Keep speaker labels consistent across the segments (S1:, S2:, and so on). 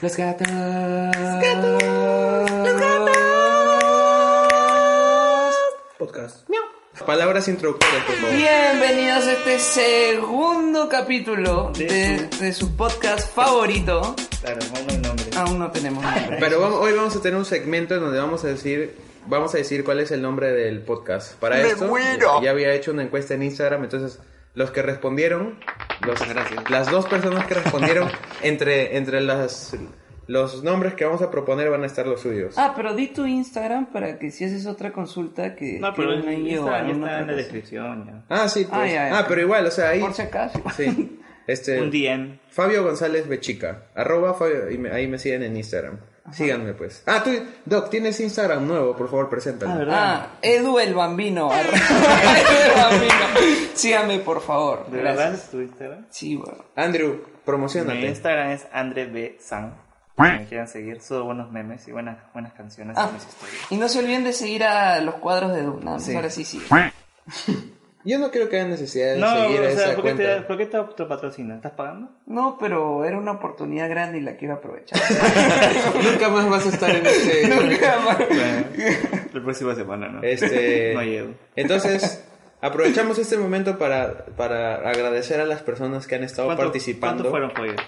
S1: Los gatos.
S2: Podcast. Palabras introductorias, por favor.
S1: Bienvenidos a este segundo capítulo de, de su podcast favorito.
S3: Claro, ponme el nombre. Ah.
S1: Aún no tenemos nombre.
S2: Pero vamos- hoy vamos a tener un segmento en donde vamos a decir vamos a decir cuál es el nombre del podcast. Para esto ya había hecho una encuesta en Instagram, entonces los que respondieron, los- las dos personas que respondieron entre entre las los nombres que vamos a proponer van a estar los suyos.
S1: Ah, pero di tu Instagram para que si haces otra consulta que
S3: No, pero
S1: que
S3: está,
S1: no llego a
S3: ya
S1: alguna
S3: está en la
S1: otra cosa.
S3: descripción. ya.
S2: Ah, sí, pues.
S1: Ah, ya, ya.
S2: Ah, pero igual, o sea, ahí
S1: Por si acaso.
S2: sí. Este
S3: Un DM.
S2: Fabio González Bechica, arroba Fabio, y me- ahí me siguen en Instagram. Síganme pues. Ah, tú, Doc, tienes Instagram nuevo, por favor, preséntalo.
S3: Ah, ¿verdad?
S1: Ah, Edu el Bambino. arroba Edu el Bambino. Síganme, por favor.
S3: ¿De
S1: Gracias.
S3: verdad es tu Instagram?
S1: Sí, bueno.
S2: Andrew,
S3: Mi
S2: promocionate.
S3: Instagram es Andre B. San. Si me quieren seguir, subo buenos memes y buenas, buenas canciones
S1: Ah.
S3: en mis historias.
S1: Y no se olviden de seguir a los cuadros de Edu. Nada más,
S2: Sí.
S1: ahora sí, sí.
S2: Yo no creo que haya necesidad de
S3: No,
S2: seguir a
S3: o sea,
S2: esa
S3: ¿por qué, te,
S2: cuenta.
S3: ¿por qué te autopatrocina? ¿Estás pagando?
S1: No, pero era una oportunidad grande y la quiero aprovechar.
S2: Nunca más vas a estar en este ese.
S1: Nunca más.
S3: Bueno, la próxima semana, ¿no?
S2: Este.
S3: No llego.
S2: Entonces, aprovechamos este momento para, para agradecer a las personas que han estado
S3: ¿Cuánto-
S2: participando.
S3: ¿Cuántos fueron, Joyer?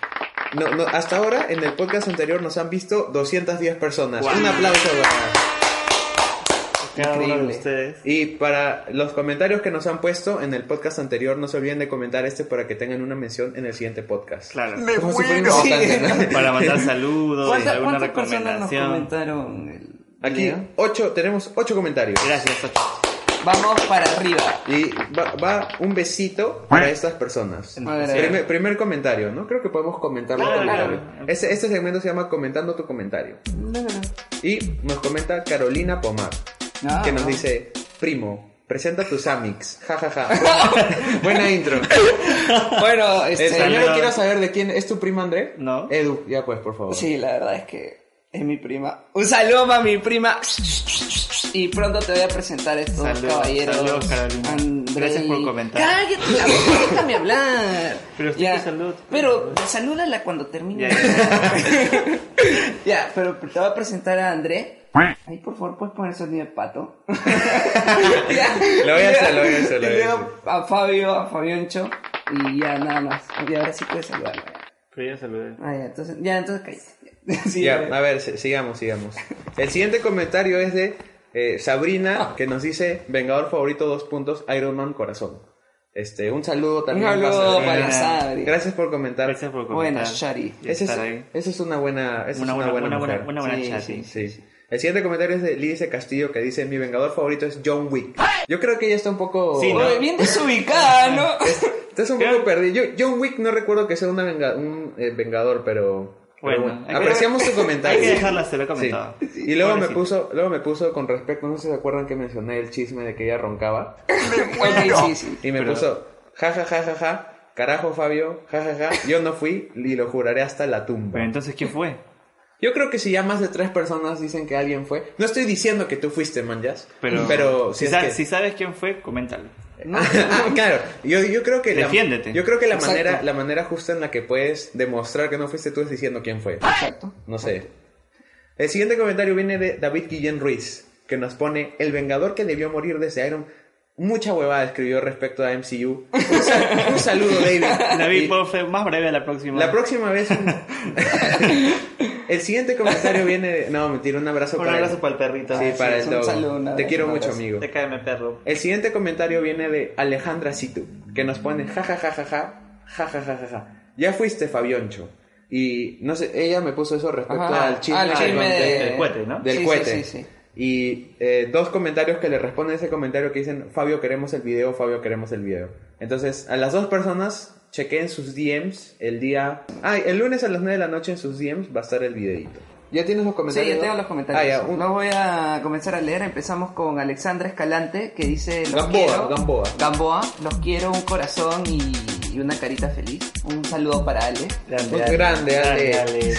S2: No, no, hasta ahora, en el podcast anterior, nos han visto 210 personas.
S3: Guau.
S2: Un aplauso para.
S3: Cada uno de
S1: Increíble.
S3: ustedes.
S2: Y para los comentarios que nos han puesto en el podcast anterior, no se olviden de comentar este para que tengan una mención en el siguiente podcast.
S3: Claro.
S2: Como si fuera importante, ¿no?
S3: Para mandar saludos,
S1: ¿Cuántas,
S3: alguna
S1: cuántas personas nos
S3: recomendación.
S1: comentaron? el
S2: Aquí,
S1: video?
S2: ocho, tenemos ocho comentarios.
S3: Gracias, Sacha.
S1: Vamos para arriba.
S2: Y va, va un besito para estas personas.
S1: Madre.
S2: Primer, primer comentario, ¿no? Creo que podemos comentarlo.
S3: Claro,
S2: comentario.
S3: claro.
S2: Este, este segmento se llama Comentando tu comentario. Y nos comenta Carolina Pomar,
S1: Ah.
S2: que nos dice, primo, presenta tus amics. Ja, ja, ja. Buena intro.
S1: Bueno,
S2: Eh,
S1: este,
S3: Saludos.
S2: Primero quiero saber de quién es tu primo André.
S3: No.
S2: Edu, ya pues, por favor.
S1: Sí, la verdad es que es mi prima. Un saludo para mi prima. Y pronto te voy a presentar a estos
S3: Saludos,
S1: caballeros.
S3: saludos, Carolina.
S1: André
S3: Gracias por
S1: y-
S3: comentar.
S1: Cállate, la boca, déjame hablar.
S3: Pero usted que saluda.
S1: Pero salúdala cuando termine.
S3: Ya, ya,
S1: Ya, pero te voy a presentar a André. Ahí, por favor, puedes poner sonido de pato. lo
S2: Lo voy a hacer, lo voy a hacer, lo voy a
S1: a Fabio, a Fabioncho. Y ya, nada más. Y ahora sí puedes saludarla.
S3: Pero ya saludé.
S1: Ah, ya, entonces, ya, entonces cállate. Sí,
S2: Ya,
S1: eh.
S2: a ver, si- sigamos, sigamos. El siguiente comentario es de eh, Sabrina, que nos dice, Vengador favorito, dos puntos, Iron Man, corazón. Este, un saludo
S1: Un
S2: también.
S1: saludo
S2: pasa-
S1: para
S3: Bien.
S1: Sabri.
S2: Gracias por comentar.
S3: Gracias por comentar.
S1: Buenas, Shari.
S3: Y
S2: Esa es,
S3: estar ahí.
S2: esa es una buena, esa
S3: Una
S2: es
S3: buena,
S2: una buena,
S3: una buena,
S2: mujer.
S3: una buena
S1: Sí,
S3: chat.
S1: sí,
S2: Sí. El siguiente comentario es de Lidice Castillo que dice mi vengador favorito es John Wick. Yo creo que ella está un poco
S3: Sí, ¿no?
S1: Oye, bien desubicada, ¿no?
S2: estás un poco perdido. Yo, John Wick no recuerdo que sea una venga- un eh, vengador, pero pero
S3: Bueno,
S2: bueno.
S3: hay que-
S2: apreciamos tu comentario.
S3: Hay que dejarla, se lo he
S2: Sí.
S3: comentado.
S2: Y luego me
S3: Pobrecita.
S2: puso, luego me puso con respecto, no sé si se acuerdan que mencioné el chisme de que ella roncaba.
S1: Ok, sí, sí.
S2: Y me
S3: Pero-
S2: puso, ja ja ja ja ja, carajo Fabio, ja ja ja, yo no fui y lo juraré hasta la tumba.
S3: Pero entonces, ¿qué fue?
S2: Yo creo que si ya más de tres personas dicen que alguien fue, no estoy diciendo que tú fuiste, manjas,
S3: Pero,
S2: pero, si,
S3: si,
S2: es
S3: sa-
S2: que-
S3: si sabes quién fue, coméntalo.
S1: No.
S2: Ah, claro, yo, yo creo que
S3: Defiéndete.
S2: La, yo creo que la
S1: Exacto.
S2: manera, la manera justa en la que puedes demostrar que no fuiste tú es diciendo quién fue.
S1: Exacto.
S2: No sé. El siguiente comentario viene de David Guillén Ruiz, que nos pone El Vengador que debió morir desde Iron. Mucha huevada escribió respecto a MCU. Un, sal- un saludo, David.
S3: David,
S2: Y
S3: por favor, más breve la próxima.
S2: la próxima vez. el siguiente comentario viene de. No, mentira, un abrazo
S3: Un
S2: para
S3: abrazo
S2: él.
S3: para el perrito.
S2: Sí, para el
S1: sí, un
S2: todo.
S1: saludo, un
S2: Te
S1: abrazo,
S2: quiero
S1: un
S2: mucho,
S1: abrazo.
S2: amigo.
S3: Te cae, mi perro.
S2: El siguiente comentario viene de Alejandra Situ, que nos pone ja ja ja ja ja, ja ja ja ja, ja. Ya fuiste Fabioncho. Y no sé, ella me puso eso respecto
S1: Ajá,
S2: al chisme,
S1: Ah, al
S2: del-
S1: chisme
S2: del-
S1: de-
S3: del cohete, ¿no?
S2: Del
S1: Sí, sí,
S2: cohete.
S1: sí, sí.
S2: Y eh, dos comentarios que le responden ese comentario que dicen, Fabio queremos el video, Fabio queremos el video. Entonces, a las dos personas, chequen sus DMs el día... Ah, el lunes a las 9 de la noche en sus DMs va a estar el videito. ¿Ya tienes los
S1: Sí,
S2: comentarios?
S1: ya tengo los comentarios.
S2: Ah, ya, un-
S1: Los voy a comenzar a leer. Empezamos con Alexandra Escalante, que dice... Los
S2: Gamboa,
S1: quiero.
S2: Gamboa.
S1: Gamboa. Los quiero, un corazón y, y una carita feliz. Un saludo para Ale.
S2: Un grande, Ale.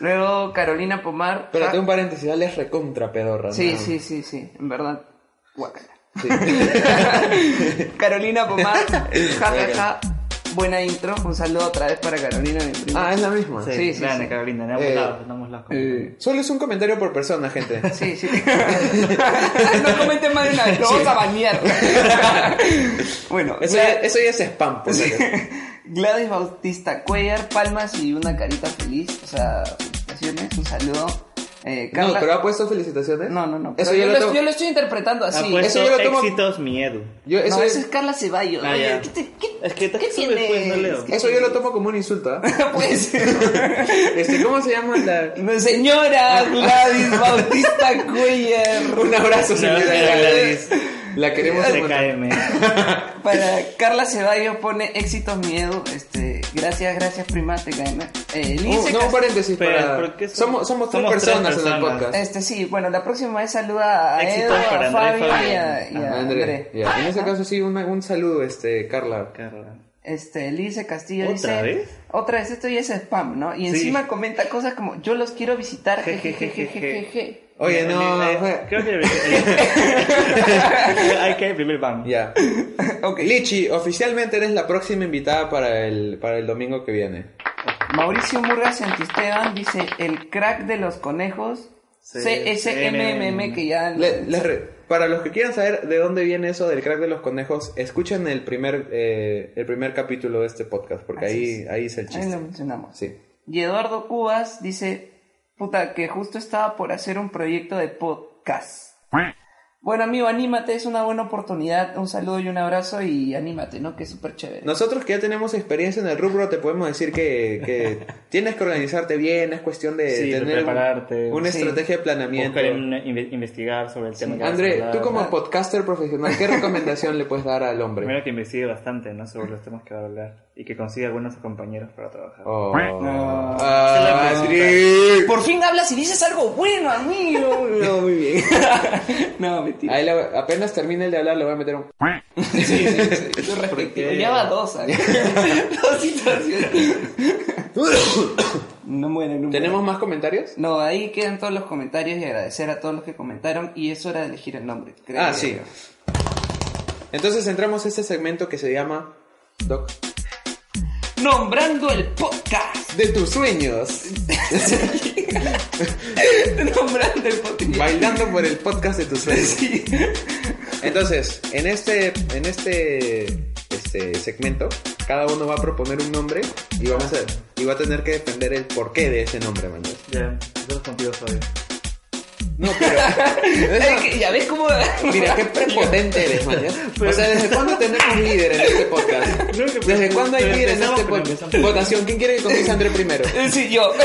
S1: Luego Carolina Pomar.
S2: Espérate
S1: Ja-
S2: un paréntesis, dale es recontra pedorra.
S1: Sí,
S2: ¿no?
S1: sí, sí, sí. En verdad. guácala.
S2: Sí.
S1: Carolina Pomar, jajaja, buena intro. Un saludo otra vez para Carolina, mi prima.
S2: Ah, es la misma.
S1: Sí.
S3: grande,
S1: sí.
S3: Carolina, no
S2: Eh,
S3: hemos dado, no hemos dado cuenta.
S1: Eh,
S2: Solo es un comentario por persona, gente.
S1: Sí, sí. no comenten mal una vez, lo vamos a banear. bueno,
S2: Eso,
S1: Gla-
S2: ya, eso ya es spam. pues,
S1: Sí.
S2: ¿sabes?
S1: Gladys Bautista Cuellar, palmas y una carita feliz. O sea, felicitaciones, un saludo. Eh,
S2: No,
S1: Carla-
S2: pero ha puesto felicitaciones.
S1: no, no, no,
S2: Eso
S1: pero
S2: yo
S1: yo,
S2: lo
S1: lo
S2: tengo-
S1: yo lo estoy interpretando
S3: ha
S1: así.
S3: puesto
S2: eso yo lo tomo-
S3: éxitos mi edu.
S2: Yo, eso,
S1: no,
S2: es-
S1: esa es Carla Ceballos.
S3: Ah,
S1: Oye,
S3: ya.
S1: ¿qué te- qué-
S3: Es que te-
S1: qué
S3: que sube, pues, no leo.
S1: ¿Qué
S2: eso yo lo
S1: tienes?
S2: tomo como un insulto. ¿ah?
S1: Pues,
S2: Este, ¿Cómo se llama la.?
S1: señora Gladys Bautista Cuellar.
S2: Un abrazo, señora
S3: señora
S2: Gladys. La queremos un montón.
S3: TKM.
S1: Para Carla Ceballos pone éxitos miedo. Este, gracias, gracias, prima, te cae mal. Eh,
S2: Oh,
S1: Lince
S2: no, un
S1: Cas-
S2: paréntesis.
S3: Pero,
S2: para-
S3: ¿por qué son-
S2: Somos, somos tres
S3: somos tres
S2: personas, en el
S3: personas.
S2: podcast.
S1: Este sí, bueno, la próxima vez saluda a
S3: Éxitos
S1: Edo,
S3: para
S1: a
S3: André
S1: Fabio
S3: y
S1: y a,
S3: Fabián.
S1: y a
S2: Ah,
S1: André.
S2: André. Ya, En ese caso, sí, una- un saludo, este, Carla.
S3: Carla.
S1: Este, Lice Castillo
S3: ¿Otra
S1: dice...
S3: vez?
S1: Otra vez, esto ya es spam, ¿no? Y
S3: Sí.
S1: encima comenta cosas como, yo los quiero visitar, jejejejejeje.
S3: Jejejejeje.
S2: Oye, no.
S3: Eh,
S2: fue-
S3: Creo que debería- Hay que el primer ban.
S2: Ya. eh,
S1: Ok,
S2: Lichi, oficialmente eres la próxima invitada para el, para el domingo que viene.
S1: Mauricio Murga Santisteban dice, el crack de los conejos,
S3: Sí,
S1: CSMMM, que ya...
S2: Le- les re- para los que quieran saber de dónde viene eso del crack de los conejos, escuchen el primer, eh, el primer capítulo de este podcast, porque
S1: Así
S2: ahí, ahí es el
S1: ahí lo
S2: chiste.
S1: mencionamos.
S2: Sí.
S1: Y Eduardo Cubas dice, puta, que justo estaba por hacer un proyecto de podcast. Bueno, amigo, anímate, es una buena oportunidad. Un saludo y un abrazo y anímate, ¿no? Que es súper chévere.
S2: Nosotros que ya tenemos experiencia en el rubro, te podemos decir que, que tienes que organizarte bien, es cuestión de
S3: Sí, de
S2: tener un-
S3: prepararte.
S2: una
S1: Sí.
S2: estrategia de planeamiento.
S3: Buscar en- inve- investigar sobre el tema. que vas a
S2: André,
S3: hablar.
S2: tú como podcaster profesional, ¿qué recomendación le puedes dar al hombre?
S3: Primero que investigue bastante, ¿no? Sobre los temas que va a hablar. Y que consiga buenos compañeros para trabajar.
S2: Oh.
S3: No.
S2: Ah,
S3: Se la
S2: André.
S1: Por fin hablas y dices algo bueno, amigo.
S2: No, muy bien. Ah,
S1: no, mentira.
S2: Ahí le- apenas termine el de hablar, le voy a meter un.
S1: Sí, sí, sí, sí, respectivo.
S2: qué?
S1: Ya va dos, ¿sabes? Dos situaciones. No mueren, no mueren.
S2: ¿Tenemos más comentarios?
S1: No, ahí quedan todos los comentarios y agradecer a todos los que comentaron y es hora de elegir el nombre. creo
S2: Ah,
S1: yo.
S2: sí. Entonces entramos a este segmento que se llama. Doc.
S1: Nombrando el podcast.
S2: De tus sueños.
S1: Nombrando el podcast.
S2: Bailando por el podcast de tus sueños.
S1: Sí.
S2: Entonces, en este, en este, este segmento, cada uno va a proponer un nombre y vamos a, y va a tener que defender el porqué de ese nombre, man.
S3: Ya, nosotros contigo, Fabio.
S2: No, pero
S1: Es que ya ves cómo.
S2: mira qué prepotente eres, man. O sea, ¿desde cuándo tenemos líder en este podcast?
S3: Creo que- pues,
S2: ¿Desde cuándo hay
S3: pero
S2: líder en
S3: empezamos,
S2: este
S3: pero
S2: podcast?
S3: empezamos.
S2: Votación, ¿quién quiere que comience André primero?
S1: Sí, yo.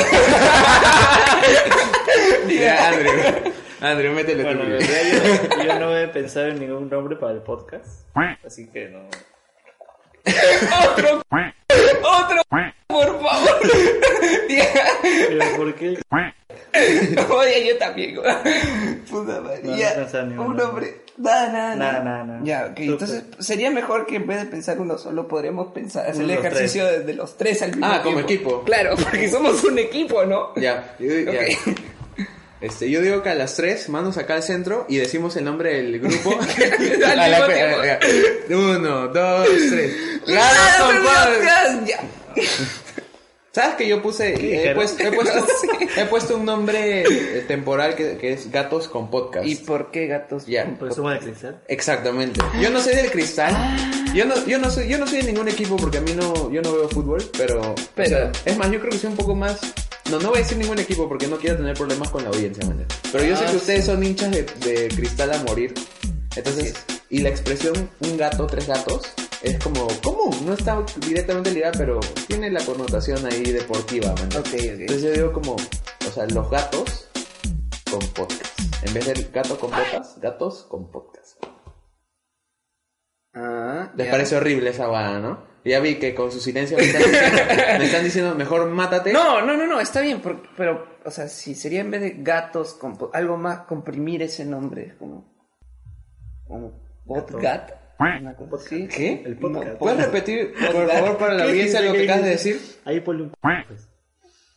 S2: Ya, André. André, métele
S3: Bueno, en realidad yo, yo no he pensado en ningún nombre para el podcast. Así que no.
S1: Otro. Otro. Por favor.
S3: Pero ¿por qué?
S1: Oye, yo también. güey. Puta madre.
S3: No, no
S1: Ya,
S3: pensaba en ningún
S1: un
S3: nombre.
S1: nombre. Nada, nada,
S3: Nada, nada, nada.
S1: Ya, ok.
S3: Súper.
S1: Entonces, sería mejor que en vez de pensar uno solo, podremos pensar, hacer el
S3: Uno de los
S1: ejercicio de, de los tres al mismo
S2: Ah, como
S1: tiempo.
S2: equipo.
S1: Claro, porque somos un equipo, ¿no?
S2: Ya, yo, ya.
S1: Ok.
S2: Este, yo digo que a las 3, manos acá al centro y decimos el nombre del grupo.
S1: Al
S2: A la
S1: mismo
S2: pe-
S1: tiempo.
S2: a la- Uno, dos, tres.
S1: ¡Ah,
S2: ¡Gana, compadre!
S1: podcast! Ya.
S2: ¿Sabes que yo puse, he,
S3: dijeron?
S2: puesto, he, puesto, he puesto un nombre eh, temporal que, que es Gatos con Podcast.
S1: ¿Y por qué gatos?
S2: Ya.
S3: ¿Por eso de cristal?
S2: Exactamente. Yo no soy del cristal.
S1: Ah.
S2: Yo no, yo no soy, yo no soy de ningún equipo porque a mí no, yo no veo fútbol, pero,
S1: Pero-
S2: o sea, es más, yo creo que soy un poco más. No, no voy a decir ningún equipo porque no quiero tener problemas con la audiencia, man. Pero yo sé
S1: Ah,
S2: que ustedes son hinchas de, de cristal a morir. Entonces, y la expresión un gato, tres gatos, es como común, no está directamente ligada, pero tiene la connotación ahí deportiva, man.
S1: Ok, ok.
S2: Entonces yo digo como, o sea, los gatos con podcast. En vez del gato con botas, gatos con podcast.
S1: Ah,
S2: Les
S1: ya.
S2: parece horrible esa guada, ¿no? Ya vi que con su silencio me están diciendo, me están diciendo, mejor mátate.
S1: No, no, no, no, está bien, por- pero, o sea, si sería en vez de gatos, compo- algo más, comprimir ese nombre, como. como podgat. Una cosa así.
S2: ¿Qué?
S3: El podcast.
S2: ¿Puedes repetir, por favor, para la
S3: ¿Qué
S2: audiencia lo que
S3: significa?
S2: acabas de decir?
S3: Ahí ponle un. pues.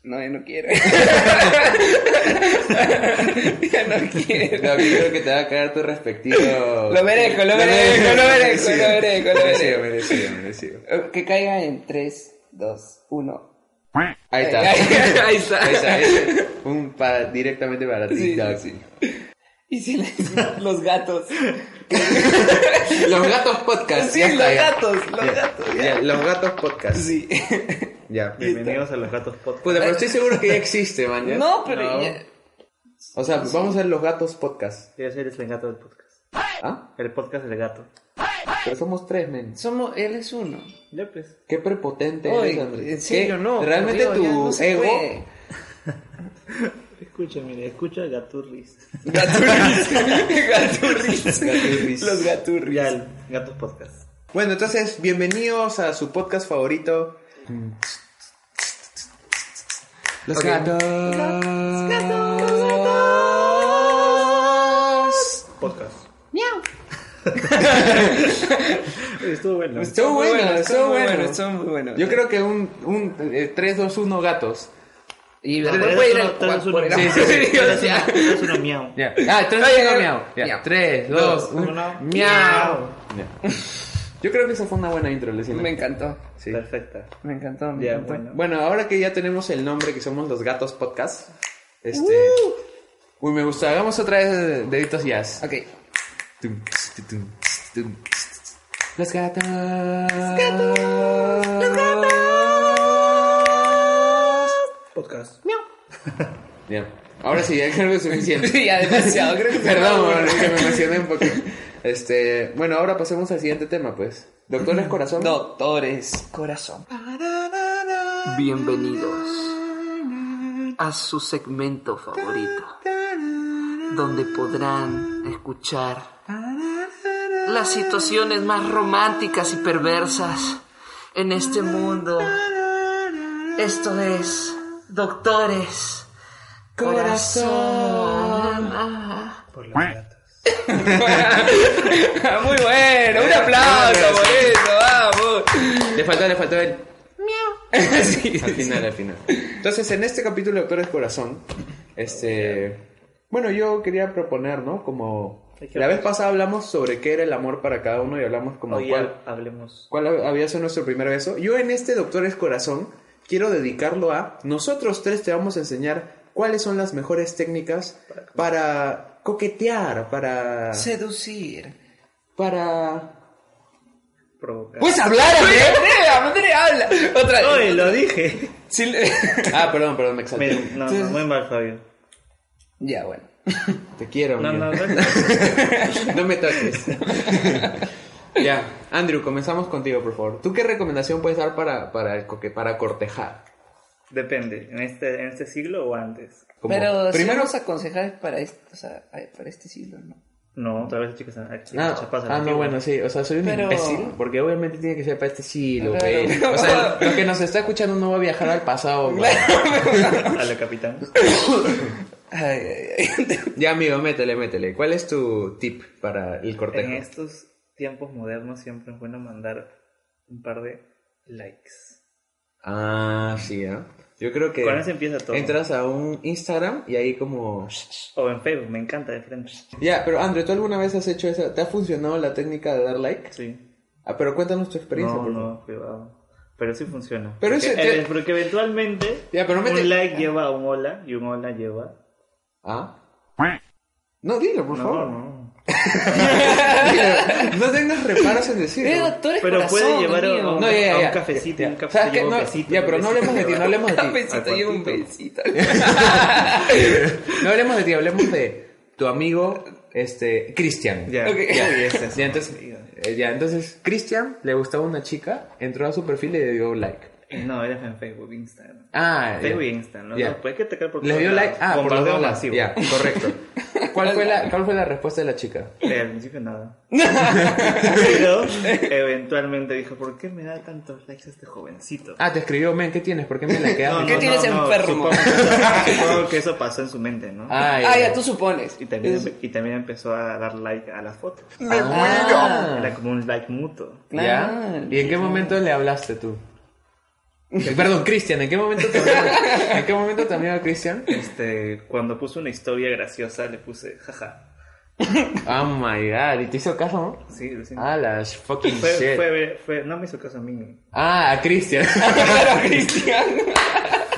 S1: No, ya no quiero. ya no quiero.
S2: Gaby, creo que te va a caer tu respectivo.
S1: Lo merezco, lo merezco, lo merezco, lo merezco, lo
S2: Merecido,
S1: merezco.
S2: merecido, merecido.
S1: Que caiga en 3, 2, 1.
S2: Ahí está.
S1: Ahí ahí está.
S2: Ahí está, ese, Un para, directamente para ti,
S1: Sí,
S2: Doug.
S1: Y si les- los gatos.
S2: Los gatos podcast.
S1: Sí,
S2: ya está,
S1: los
S2: ya.
S1: gatos, los
S2: Ya,
S1: gatos, ya.
S2: ya, los gatos podcast.
S1: Sí.
S2: Ya.
S3: Bienvenidos a los gatos podcast.
S2: Puta, pero estoy seguro que ya existe, man. ¿ya?
S1: No, pero ya-
S2: O sea, vamos a ver los gatos podcast.
S3: Voy a ser el gato del podcast.
S2: ¿Ah?
S3: El podcast del gato.
S2: Pero somos tres, men.
S1: somos, él es uno.
S3: Ya pues.
S2: Qué prepotente
S1: Oye,
S2: eres, Andrés.
S1: en serio,
S2: Qué-
S1: no,
S2: Realmente
S1: por Dios, ya
S2: tu
S1: no se
S2: ego.
S1: puede.
S3: Escucha, mire, escucha Gaturris.
S1: Gaturris. Gaturris.
S2: Gaturris.
S1: Los gaturris.
S3: Ya, el gatos podcast.
S2: Bueno, entonces, bienvenidos a su podcast favorito. Los
S1: Ok.
S2: gatos.
S3: Podcast. Miau. estuvo bueno.
S1: Estuvo bueno, estuvo
S2: muy
S1: bueno, estuvo muy bueno.
S2: Yo creo que un, un eh, 3, 2, 1 gatos.
S1: Y
S3: Ah, No,
S1: después
S3: tres,
S1: puede ir
S3: uno,
S1: al
S3: tres,
S1: cuarto,
S3: uno,
S1: por el
S3: miau.
S1: amor de Dios,
S3: Tres,
S1: ya.
S3: uno, tres, uno, miau.
S2: Ya. Ah, 3, 2,
S1: Ay,
S2: 1,
S1: ay,
S2: miau.
S1: miau.
S2: 3, 2,
S3: Uno,
S2: 1,
S3: miau.
S2: miau. Ya. Yo creo que esa fue una buena intro, les
S1: Me encantó,
S2: Sí.
S3: Perfecta.
S1: me encantó, me
S3: Ya,
S1: encantó.
S3: bueno.
S2: Bueno, ahora que ya tenemos el nombre que somos los gatos podcast, este.
S1: Uh.
S2: Uy, me gusta. Hagamos otra vez deditos jazz.
S1: Ok.
S2: Tum, tss, tu, tum, tss, tu, tum, tss, tss. Los gatos. Los gatos. Los gatos.
S3: Podcast.
S2: Bien. Ahora sí, ya creo que es suficiente.
S1: Sí, ya demasiado, creo que
S2: Perdón, bueno, es que me emocioné un poco. Este, bueno, ahora pasemos al siguiente tema, pues. Doctores Corazón.
S1: Doctores Corazón.
S2: Ah.
S1: Bienvenidos a su segmento favorito, donde podrán escuchar las situaciones más románticas y perversas en este mundo. Esto es Doctores Corazón.
S3: Por los gatos.
S1: Muy bueno, un aplauso por eso, vamos.
S2: Le faltó, le faltó el. Al final, al final. Entonces, en este capítulo de Doctores Corazón, este. Bueno, yo quería proponer, ¿no? Como.
S3: Hay que
S2: La
S3: hablar.
S2: vez pasada hablamos sobre qué era el amor para cada uno y hablamos como
S3: Hoy
S2: cuál,
S3: ya hablemos.
S2: cuál había sido nuestro primer beso. Yo en este Doctores Corazón quiero dedicarlo a nosotros tres te vamos a enseñar cuáles son las mejores técnicas para coquetear, para
S1: Seducir.
S2: para
S3: Provocar.
S1: Pues hablar, Andrea. Andrea, Andrea, habla. Otra vez.
S3: ¡Hoy lo dije!
S1: Sí, le-
S2: Ah, perdón, perdón, me exalté.
S3: Mira, no, no, muy mal, Fabio.
S1: ya, bueno.
S2: Te quiero.
S3: No,
S2: amigo.
S3: no, no.
S2: No me toques. ya, Andrew, comenzamos contigo, por favor. ¿Tú qué recomendación puedes dar para, para, el coque, para cortejar?
S3: Depende, ¿en este, ¿en este siglo o antes?
S2: Como,
S1: Pero primero
S2: primero
S1: vamos a aconsejar para este, o sea, ay, para este siglo, ¿no?
S3: No, otra vez chicas, aquí
S2: Ah,
S3: muchas pasan
S2: ah,
S3: aquí,
S2: no, bueno, sí, o sea, soy un
S1: Pero-
S2: imbécil, porque obviamente tiene que ser para este siglo,
S1: Claro.
S2: güey. O sea, lo que nos está escuchando no va a viajar al pasado, güey.
S3: A la capitán.
S1: Ay, ay, ay.
S2: Ya, amigo, métele, métele. ¿Cuál es tu tip para el
S3: en
S2: cortejo?
S3: estos tiempos modernos siempre es bueno mandar un par de likes.
S2: Ah, sí, ¿ah? Yo creo que
S3: Con eso empieza todo.
S2: entras a un Instagram y ahí como...
S3: O en Facebook, me encanta de frente.
S2: Ya, pero Andrew, ¿tú alguna vez has hecho esa? ¿Te ha funcionado la técnica de dar like?
S3: Sí.
S2: Ah, pero cuéntanos tu experiencia,
S3: No,
S2: por favor.
S3: no, cuidado. Pero sí funciona.
S2: Pero
S3: porque,
S2: ese te-
S3: eh, porque eventualmente
S2: Ya, pero mete-
S3: un like lleva a un hola y un hola lleva...
S2: ¿Ah? No, dilo, por
S3: No,
S2: favor.
S3: no.
S2: Dilo. No tengas reparos en
S1: Eh,
S2: decirlo.
S1: doctor, es
S3: Pero
S1: corazón,
S3: puede llevar a-
S1: amigo.
S2: No, ya, ya,
S3: A un
S2: ya.
S3: cafecito,
S2: Ya.
S3: un cafecito,
S2: ¿Sabes qué?
S3: un
S2: No,
S3: besito,
S2: ya,
S3: un
S2: pero no hablemos de ti, no hablemos de
S1: Un
S2: ti.
S1: besito, lleva un
S3: cuartito.
S1: besito.
S2: No hablemos de ti, hablemos de tu amigo, este, Cristian.
S3: Ya,
S1: Ok.
S3: ya, y ese es-
S2: Ya, entonces, eh, ya, entonces, Cristian le gustaba una chica, entró a su perfil y le dio like.
S3: No, eres en Facebook, Instagram.
S2: Ah, ya.
S3: Facebook e Insta, ¿no?
S2: Ya.
S3: No, puedes que te cae por
S2: Le
S3: todos
S2: dio
S3: lados.
S2: like, ah, por los
S3: Bombardeo
S2: dos lados.
S3: masivo.
S2: Ya, correcto. ¿Cuál fue, la, ¿Cuál fue la respuesta de la chica?
S3: Eh, al principio nada. Pero eventualmente dijo, ¿por qué me da tantos likes este jovencito?
S2: Ah, te escribió, men, ¿qué tienes? ¿Por qué me la
S3: No,
S2: quedas?
S3: no,
S1: ¿Qué
S3: no,
S1: tienes
S3: no,
S1: enfermo?
S3: Supongo que, eso, supongo que eso pasó en su mente, ¿no?
S2: Ay,
S1: Ah, ya, tú supones.
S3: Y también,
S1: Es-
S3: y también empezó a dar like a las fotos.
S2: me
S1: Ah.
S3: Ah. Era como un like mutuo.
S2: ¿Ya?
S1: Claro.
S2: ¿Y en qué momento le hablaste tú? Eh, Perdón, Cristian, ¿en qué momento te amigo- ¿En qué momento te amigo Cristian?
S3: Este, cuando puso una historia graciosa, le puse jaja.
S2: Oh my god, ¿y te hizo caso, no?
S3: Sí, lo siento.
S2: Ah, la sh- fucking
S3: fue,
S2: shit.
S3: fue, fue- no me hizo caso a mí.
S2: Ah, a Cristian.
S1: Claro, Cristian.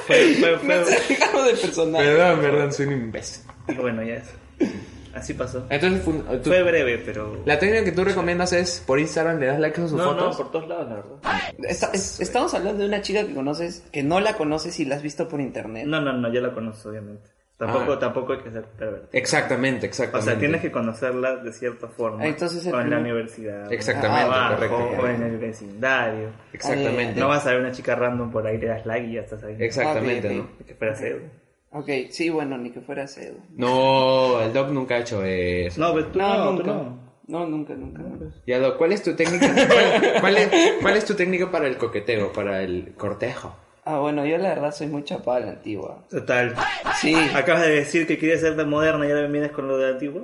S3: Fue, fue,
S1: No
S3: fue.
S1: se dejamos de personaje.
S2: perdón, perdón, soy un imbécil.
S3: Y bueno, ya es. Así pasó.
S2: Entonces, fun- eh, tú-
S3: Fue breve, pero.
S2: la técnica que tú recomiendas es por Instagram le das like a sus
S3: no, no,
S2: fotos.
S3: por todos lados, la verdad.
S1: Esta- es- estamos hablando de una chica que conoces, que no la conoces y la has visto por internet.
S3: No, no, no, ya la conozco, obviamente. Tampoco,
S2: Ah.
S3: tampoco hay que ser pervertido.
S2: Exactamente,
S3: O
S2: exactamente.
S3: sea, tienes que conocerla de cierta forma.
S1: Ah, entonces el
S3: o en la
S1: primer-
S3: universidad.
S2: Exactamente,
S3: o abajo,
S2: correcto.
S3: O en el vecindario.
S2: Exactamente.
S1: Ah,
S3: No vas a ver una chica random por ahí, le das like y ya estás ahí.
S2: Exactamente,
S1: Ok, ok.
S2: ¿no?
S3: Hay que esperar a ser.
S1: Ok, sí, bueno, ni que fuera Edu.
S2: No, el Doc nunca ha hecho eso.
S3: No, pero tú
S1: No,
S3: no, tú
S1: nunca.
S3: no.
S1: No, nunca, nunca. nunca.
S2: Ya, Doc, ¿cuál es tu técnica? ¿Cuál, cuál es, cuál es tu técnica para el coqueteo, para el cortejo?
S1: Ah, bueno, yo la verdad soy muy chapada a la antigua.
S3: Total.
S1: Sí.
S3: Acabas de decir que querías ser de moderna y ahora vienes con lo de antiguo.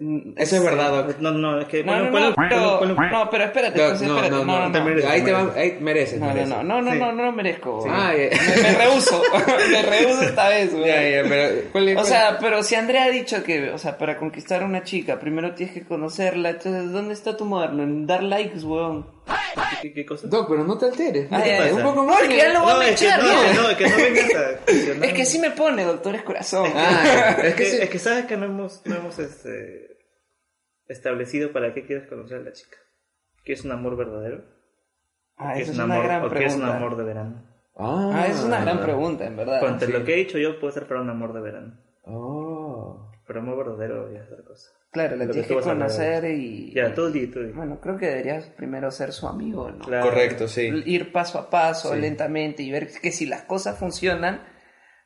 S1: Mm,
S2: Eso es verdad, Doc.
S3: No, no, es que.
S1: No, no, no, pero, no, pero espérate,
S2: Doc,
S1: pues,
S2: no,
S1: espérate.
S2: no, no,
S3: te mereces,
S2: ahí te va,
S3: mereces.
S2: ahí mereces,
S1: No, no,
S2: mereces.
S1: no, no, no,
S3: Sí.
S1: no, no lo merezco.
S2: Ah, ya.
S1: Me, me rehuso, me rehuso esta vez, güey.
S2: Ya, ya, pero ¿cuál es?
S1: O
S2: cuál-
S1: sea, pero si Andrea ha dicho que, o sea, para conquistar a una chica, primero tienes que conocerla, entonces, ¿dónde está tu moderno? En dar likes, weón.
S3: ¿Qué, qué cosa?
S2: Doc, pero no te alteres.
S1: Ah, ya,
S3: pasa?
S2: un poco más.
S1: Porque ya lo voy a
S3: es que
S1: echar,
S3: no,
S1: ¿no?
S3: es que no, es que no vengas a cuestionar.
S1: Es que sí me pone, doctor, es corazón.
S2: Ah, es
S3: Es
S2: que
S3: que,
S2: sí.
S3: es que sabes que no hemos, no hemos este, establecido para qué quieres conocer a la chica. ¿Qué es un amor verdadero?
S1: Ah,
S3: ¿Qué
S1: esa
S3: un
S1: es una
S3: amor-
S1: gran
S3: ¿O qué es un
S1: pregunta.
S3: amor de verano?
S2: Ah,
S1: Ah, esa es una gran pregunta, en verdad.
S3: Contra
S2: sí.
S3: lo que he dicho yo, puede ser para un amor de verano.
S2: Oh.
S3: Pero amor verdadero ya es otra cosa.
S1: Claro,
S3: Lo
S1: la
S3: que
S1: tienes
S3: tú
S1: que
S3: vas a hablar.
S1: conocer y...
S3: Ya, tú di, tú di.
S1: Bueno, creo que deberías primero ser su amigo, ¿no?
S3: Claro.
S2: Ah. Correcto, sí.
S1: Ir paso a paso,
S2: Sí.
S1: lentamente, y ver que si las cosas funcionan,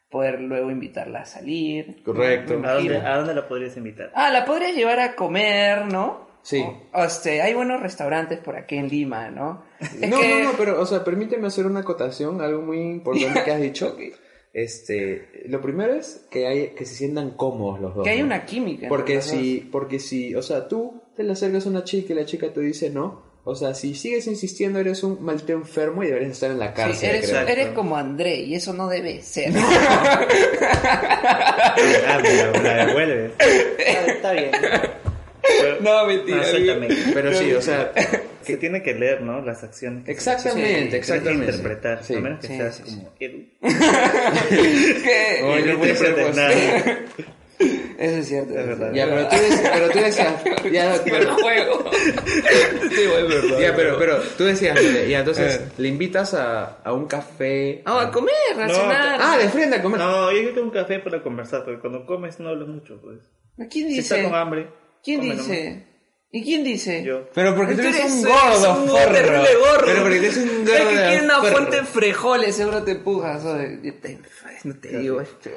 S1: poder luego invitarla a salir.
S2: Correcto.
S1: Me
S3: ¿A dónde,
S1: imagino.
S3: ¿A dónde la podrías invitar?
S1: Ah, la podrías llevar a comer, ¿no?
S2: Sí.
S1: O- o este, hay buenos restaurantes por aquí en Lima, ¿no? Es
S2: No,
S1: que-
S2: no, no, pero, o sea, permíteme hacer una acotación, algo muy importante que has dicho. Este, lo primero es que, hay, que se sientan cómodos los dos.
S1: Que hay
S2: ¿no?
S1: una química. entre
S2: Porque
S1: los dos.
S2: si, porque si, o sea, tú te le acercas a una chica y la chica te dice no, o sea, si sigues insistiendo eres un maldito enfermo y deberías estar en la
S1: Sí,
S2: cárcel.
S1: eres,
S2: creo.
S1: eres como André y eso no debe ser.
S3: Ah, pero la devuelves. Está bien.
S1: No, mentira.
S3: No, suéltame.
S2: Pero sí, o sea,
S3: Se tiene que leer, ¿no? Las acciones. que se-
S2: exactamente, exactamente.
S3: Tienes que interpretar,
S2: Sí.
S3: a menos que
S1: Sí,
S3: seas
S1: sí, sí.
S3: como Edu.
S1: Que-
S2: Oye, Eh, no puede ser
S3: interpretes
S2: posible.
S3: nada.
S1: Eso es cierto.
S3: Es
S1: eso es
S3: verdad.
S2: Ya, pero tú decías, pero tú decías, ya,
S1: cierto.
S2: pero,
S1: Juego.
S2: ya, pero, pero tú decías, mire, ya, entonces le invitas a, a un café.
S1: Ah, a comer, a
S3: No,
S1: cenar.
S2: Ah, de frente a comer.
S3: No, yo creo que un café para conversar, porque cuando comes no hablas mucho, pues.
S1: ¿Quién
S3: Si estás
S1: dice?
S3: con hambre.
S1: ¿Quién
S3: come
S1: dice? ¿y quién dice?
S3: nomás. Yo.
S2: Pero porque tú
S1: Tú
S2: eres un
S1: eres
S2: gordo,
S1: un
S2: forro.
S1: terrible gordo.
S2: Pero porque tú eres un gordo.
S1: Es que quiere una
S2: forro.
S1: fuente de frijoles, seguro te empujas. oye, yo te- no te digo esto.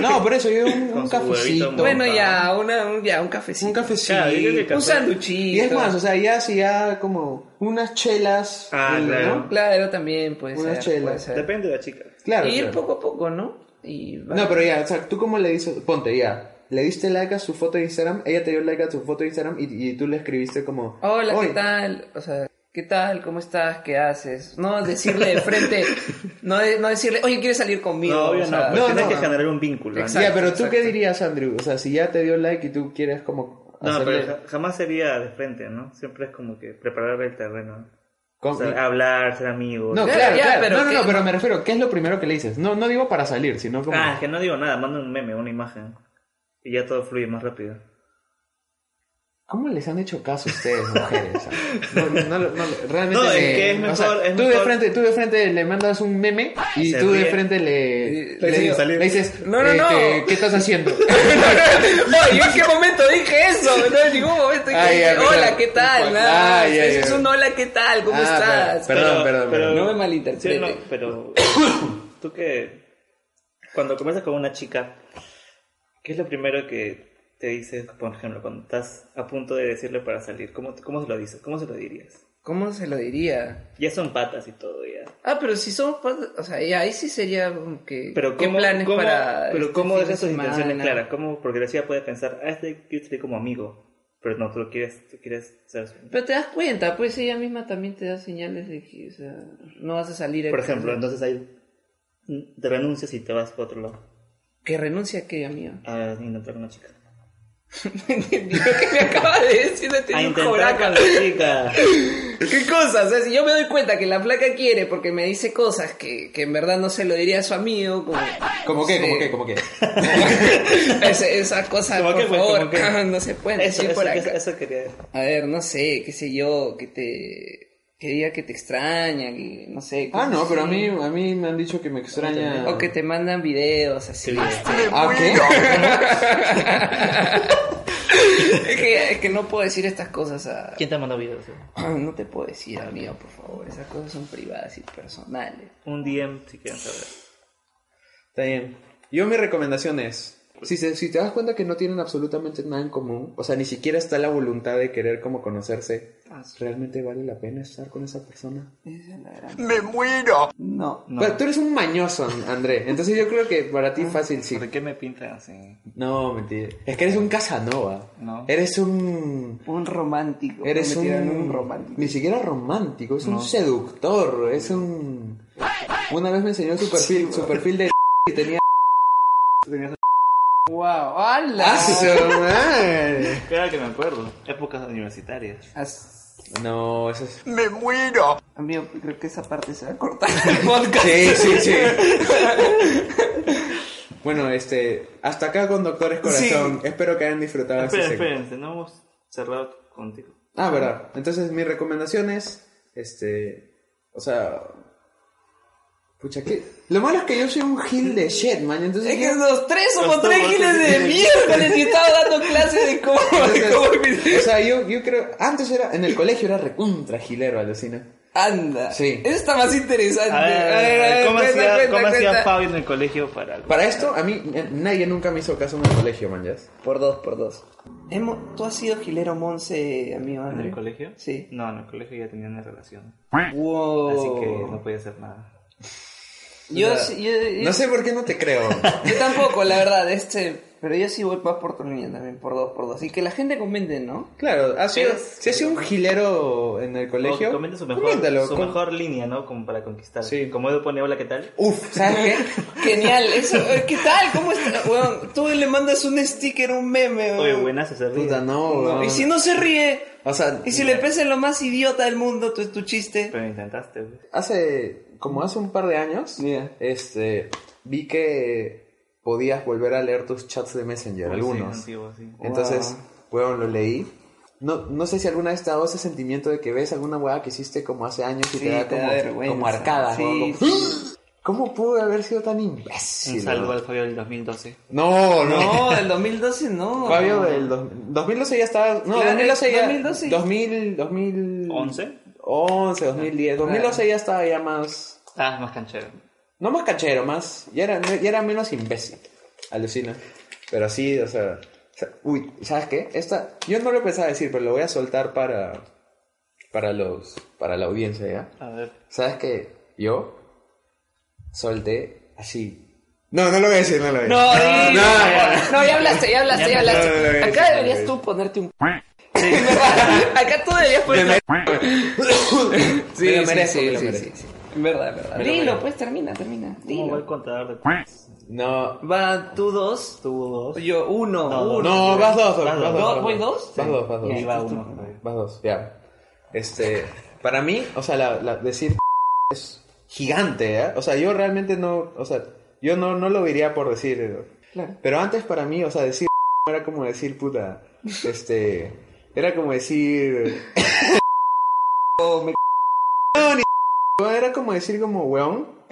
S2: No, por eso yo un,
S3: Con
S2: un
S3: su huevito
S2: cafecito.
S3: mojado.
S1: bueno, ya, una, un, ya, un cafecito.
S2: Un cafecito.
S3: Claro, yo creo que
S1: Un
S3: café.
S1: sanduchito.
S2: Y es más, o sea, ya si ya como unas chelas.
S3: Ah,
S2: ¿no?
S3: claro.
S1: Claro, también puede
S2: Una
S1: ser.
S2: chela.
S1: puede ser.
S3: Depende de la chica.
S2: Claro.
S1: Y ir
S2: claro.
S1: poco a poco, ¿no? Y va.
S2: No, pero ya, o sea, tú cómo le dices, ponte ya. Le diste like a su foto de Instagram, ella te dio like a su foto de Instagram y, y tú le escribiste como...
S1: Hola,
S2: "Oye,
S1: ¿qué tal? O sea, ¿qué tal? ¿Cómo estás? ¿Qué haces? No decirle de frente, no, de- no decirle, oye, ¿quieres salir conmigo?
S3: No, obvio
S1: O sea,
S3: no, pues
S2: no,
S3: tienes
S2: no.
S3: que generar un vínculo.
S2: Ya,
S1: Exacto,
S2: pero tú qué
S1: exacto.
S2: dirías, Andrew? O sea, si ya te dio like y tú quieres como...
S3: No,
S2: hacerle-
S3: pero ja- jamás sería de frente, ¿no? Siempre es como que preparar el terreno.
S2: con-
S3: O sea, hablar, ser amigos.
S2: No,
S1: Ya,
S2: claro,
S1: ya,
S2: claro.
S1: pero
S2: no, no, no,
S1: ¿qué?
S2: pero me refiero, ¿qué es lo primero que le dices? No, no digo para salir, sino como...
S3: Ah, es que no digo nada, mando un meme, una imagen. Y ya todo fluye más rápido.
S2: ¿Cómo les han hecho caso a ustedes, mujeres? No, no, no, no, realmente.
S3: No, es
S2: me-
S3: que es
S2: o sea,
S3: mejor- es
S2: tú, De
S3: mejor-
S2: frente, tú de frente le mandas un meme y
S3: Se
S2: tú de
S3: ríe.
S2: frente le,
S3: Le dicen salir.
S2: le dices,
S1: No, no, no.
S2: este, ¿qué estás haciendo?
S1: no, ¿y en qué momento dije eso? No, en ningún momento dije,
S2: Ah, ya,
S1: hola,
S2: perdón.
S1: ¿qué tal?
S2: Ah,
S1: Nada,
S2: ya,
S1: eso
S2: ya.
S1: es un hola, ¿qué tal? ¿Cómo
S2: Ah,
S1: estás?
S2: Perdón, perdón, perdón.
S1: No me malinterprete.
S3: Sí, no, pero tú que cuando conversas con una chica, ¿qué es lo primero que te dices, por ejemplo, cuando estás a punto de decirle para salir? ¿Cómo, cómo se lo dices? ¿Cómo se lo dirías?
S1: ¿Cómo se lo diría?
S3: Ya son patas y todo, ya.
S1: Ah, pero si somos, pas- o sea, ya, ahí sí sería como que,
S3: Pero
S1: ¿qué
S3: ¿cómo,
S1: planes
S3: cómo-
S1: para
S3: pero
S1: este
S3: cómo
S1: fin
S3: dejas
S1: de
S3: tus intenciones
S1: semana?
S3: claras? ¿Cómo? Porque la chica puede pensar, ah, este quiere salir como amigo. Pero no, tú lo quieres, tú quieres ser su-
S1: Pero te das cuenta, pues ella misma también te da señales de que, o sea, no vas a salir.
S3: Por
S1: aquí.
S3: ejemplo, entonces ahí mm, te renuncias y te vas para otro lado
S1: Que renuncia a qué, amigo.
S3: a intentar con una chica.
S1: Lo que me acaba de decir de
S3: A
S1: tener un
S3: intentar
S1: cobraca.
S3: con la chica.
S1: ¿Qué cosas? O sea, si yo me doy cuenta que la placa quiere porque me dice cosas que, que en verdad no se lo diría a su amigo, como
S2: ¿Cómo qué?
S1: Sí.
S2: ¿Cómo qué? ¿Cómo qué?
S1: esa, esa cosa,
S3: ¿Cómo
S1: por
S3: qué, pues?
S1: favor, Ah,
S3: ¿Cómo qué?
S1: no se puede
S3: Eso,
S1: decir
S3: eso,
S1: por
S3: eso,
S1: acá.
S3: eso quería decir.
S1: A ver, no sé, qué sé yo, que te que diga que te extraña, que no sé.
S2: Ah,
S1: cosas
S2: no, pero a
S1: así.
S2: mí, a mí me han dicho que me extraña.
S1: O que te mandan videos así.
S2: ¿Ah, qué?
S1: Es que, es que no puedo decir estas cosas a...
S3: ¿Quién te ha mandado videos? eh? Ah,
S1: No te puedo decir, amigo, por favor. Esas cosas son privadas y personales.
S3: Un DM si quieren saber.
S2: Está bien. Yo mi recomendación es, si, se- si te das cuenta que no tienen absolutamente nada en común, o sea, ni siquiera está la voluntad de querer como conocerse,
S3: Ah,
S2: ¿realmente vale la pena estar con esa persona?
S1: Esa es la gran-
S4: ¡Me muero!
S1: No.
S3: No.
S2: Pero tú eres un mañoso, An- André. Entonces yo creo que para ti fácil sí.
S3: ¿Por qué me pintan así?
S2: No, mentira. Es que eres un Casanova.
S3: No.
S2: Eres un...
S1: Un romántico.
S2: Eres
S1: Me
S2: un...
S1: tiraron un romántico.
S2: Ni siquiera romántico, es
S3: No.
S2: un seductor, es un... Una vez me enseñó su perfil, su perfil de... Y tenía...
S1: Wow, ¡Hala!
S2: ¡Ah, su madre!
S3: Claro que me acuerdo. Épocas universitarias.
S1: As-
S2: No, eso es...
S4: ¡Me muero!
S1: Amigo, creo que esa parte se va a cortar el podcast.
S2: Sí, sí, sí. bueno, este, hasta acá con Doctores Corazón. Espero que hayan
S1: Ah,
S2: disfrutado este
S3: Esperen,
S2: segmento.
S3: espérense, no hemos cerrado contigo.
S2: Ah, verdad. Entonces, mi recomendación es, este, o sea, pucha, que lo malo es que yo soy un gil de shit, man. Entonces,
S1: Es que
S2: yo-
S1: los tres somos
S3: Los
S1: tres
S3: somos
S1: giles
S3: tres
S1: de
S3: giles.
S1: miércoles y estaba dando clases de cómo, de cómo
S2: entonces, o sea, yo, yo creo, antes era, en el colegio era recontra gilero, alucina.
S1: Anda.
S2: Sí.
S1: Eso está más interesante.
S3: A ver, a ver, a ver, ¿cómo
S1: cuenta,
S3: hacía,
S1: cuenta,
S3: cómo hacía
S1: cuenta.
S3: Fabio en el colegio para...?
S2: Para esto, a mí, eh, nadie nunca me hizo caso en el colegio, man, ya.
S1: Por dos, por dos. Hemo- ¿Tú has sido gilero Monse, amigo
S3: ¿En
S1: André?
S3: el colegio?
S1: Sí.
S3: No, en el colegio ya tenían una relación.
S2: Oh.
S1: Wow.
S3: Así que no podía hacer nada.
S1: yo,
S2: O sea,
S1: sí- yo, yo-
S2: No sé por qué no te creo.
S1: yo tampoco, la verdad, este... Pero yo sí voy más por tu línea también, por dos, por dos. Y que la gente comente, ¿no?
S2: Claro, ha sido,
S1: Pero-
S2: si ha sido un gilero en el
S3: O que
S2: colegio,
S3: comente su mejor,
S2: coméntalo,
S3: su
S2: com-
S3: mejor línea, ¿no? Como para conquistar.
S2: Sí.
S3: Como Edu pone, hola, ¿qué tal?
S2: Uf, ¿sabes qué?
S1: Genial, eso, eh, ¿qué tal? ¿Cómo está? Weón, tú le mandas un sticker, un meme,
S3: Oye,
S1: weón.
S3: buenas, se ríe.
S2: Ah, Puta, no,
S1: No,
S2: weón.
S1: Y si no se ríe,
S2: O sea,
S1: y si le pese lo más idiota del mundo, tu, tu chiste.
S3: Pero intentaste, güey.
S2: hace, como hace un par de años,
S1: Ya.
S2: este, vi que podías volver a leer tus chats de Messenger, algunos.
S3: Sí, antiguo, sí.
S2: Entonces, weón, lo leí. No, no sé si alguna vez te ha dado ese sentimiento de que ves alguna weá que hiciste como hace años y
S1: Sí,
S2: te da
S1: te da
S2: como,
S1: vergüenza.
S2: como arcada.
S1: Sí,
S2: weón, como, ¿Cómo pudo haber sido tan
S3: Un
S2: imbécil?
S3: saludo
S2: weón?
S3: al Fabio del 2012.
S2: No, no.
S1: No, el 2012 no.
S2: Fabio del dos- 2012 ya estaba. No,
S1: Claro,
S2: 2012 ya.
S1: 2012.
S2: 2000, 2000,
S3: ¿11?
S2: 11, 2010. 2012 ya estaba ya más.
S3: Ah, es más canchero.
S2: No más canchero, más. Ya era, ya era menos imbécil. Alucina. Pero sí, o sea. o sea, Uy, ¿sabes qué? Esta, yo no lo pensaba decir, pero lo voy a soltar para. Para los. Para la audiencia, ¿ya?
S3: A ver.
S2: ¿Sabes qué? Yo. Solté así. No, no lo voy a decir, no lo voy a decir.
S1: No, di-
S2: no,
S1: no, ya hablaste, ya hablaste,
S3: Ya
S1: ya
S3: no,
S1: hablaste.
S2: no, no, no, no,
S1: Acá
S2: no,
S1: deberías
S2: no.
S1: tú ponerte un. Acá tú deberías ponerte un.
S2: Sí,
S1: Me lo
S2: sí,
S1: merezco,
S2: sí,
S1: me lo
S2: sí,
S1: merezco.
S2: sí, sí.
S1: En verdad, en verdad.
S2: Me lo
S1: Dilo,
S2: merezco.
S1: pues termina, termina.
S3: ¿Cómo va el
S1: Dilo.
S3: contador de cuentas?
S2: No.
S1: Va tú dos,
S3: Tuvo dos.
S1: yo uno,
S3: No,
S1: uno.
S2: No, vas dos, vas
S3: Vas
S2: dos.
S3: dos.
S2: vas
S1: ¿Voy dos?
S2: Vas dos, vas dos.
S1: Ya,
S3: Y va
S1: tú,
S3: uno.
S1: tú.
S3: Fabio.
S2: Vas dos, ya. Este, para mí, o sea, la, la- decir es gigante, ¿eh? O sea, yo realmente no, o sea, yo no, no lo diría por decir. eh,
S1: Claro.
S2: Pero antes para mí, o sea, decir era como decir puta, este, era como decir... o me no, ni era como decir como weón.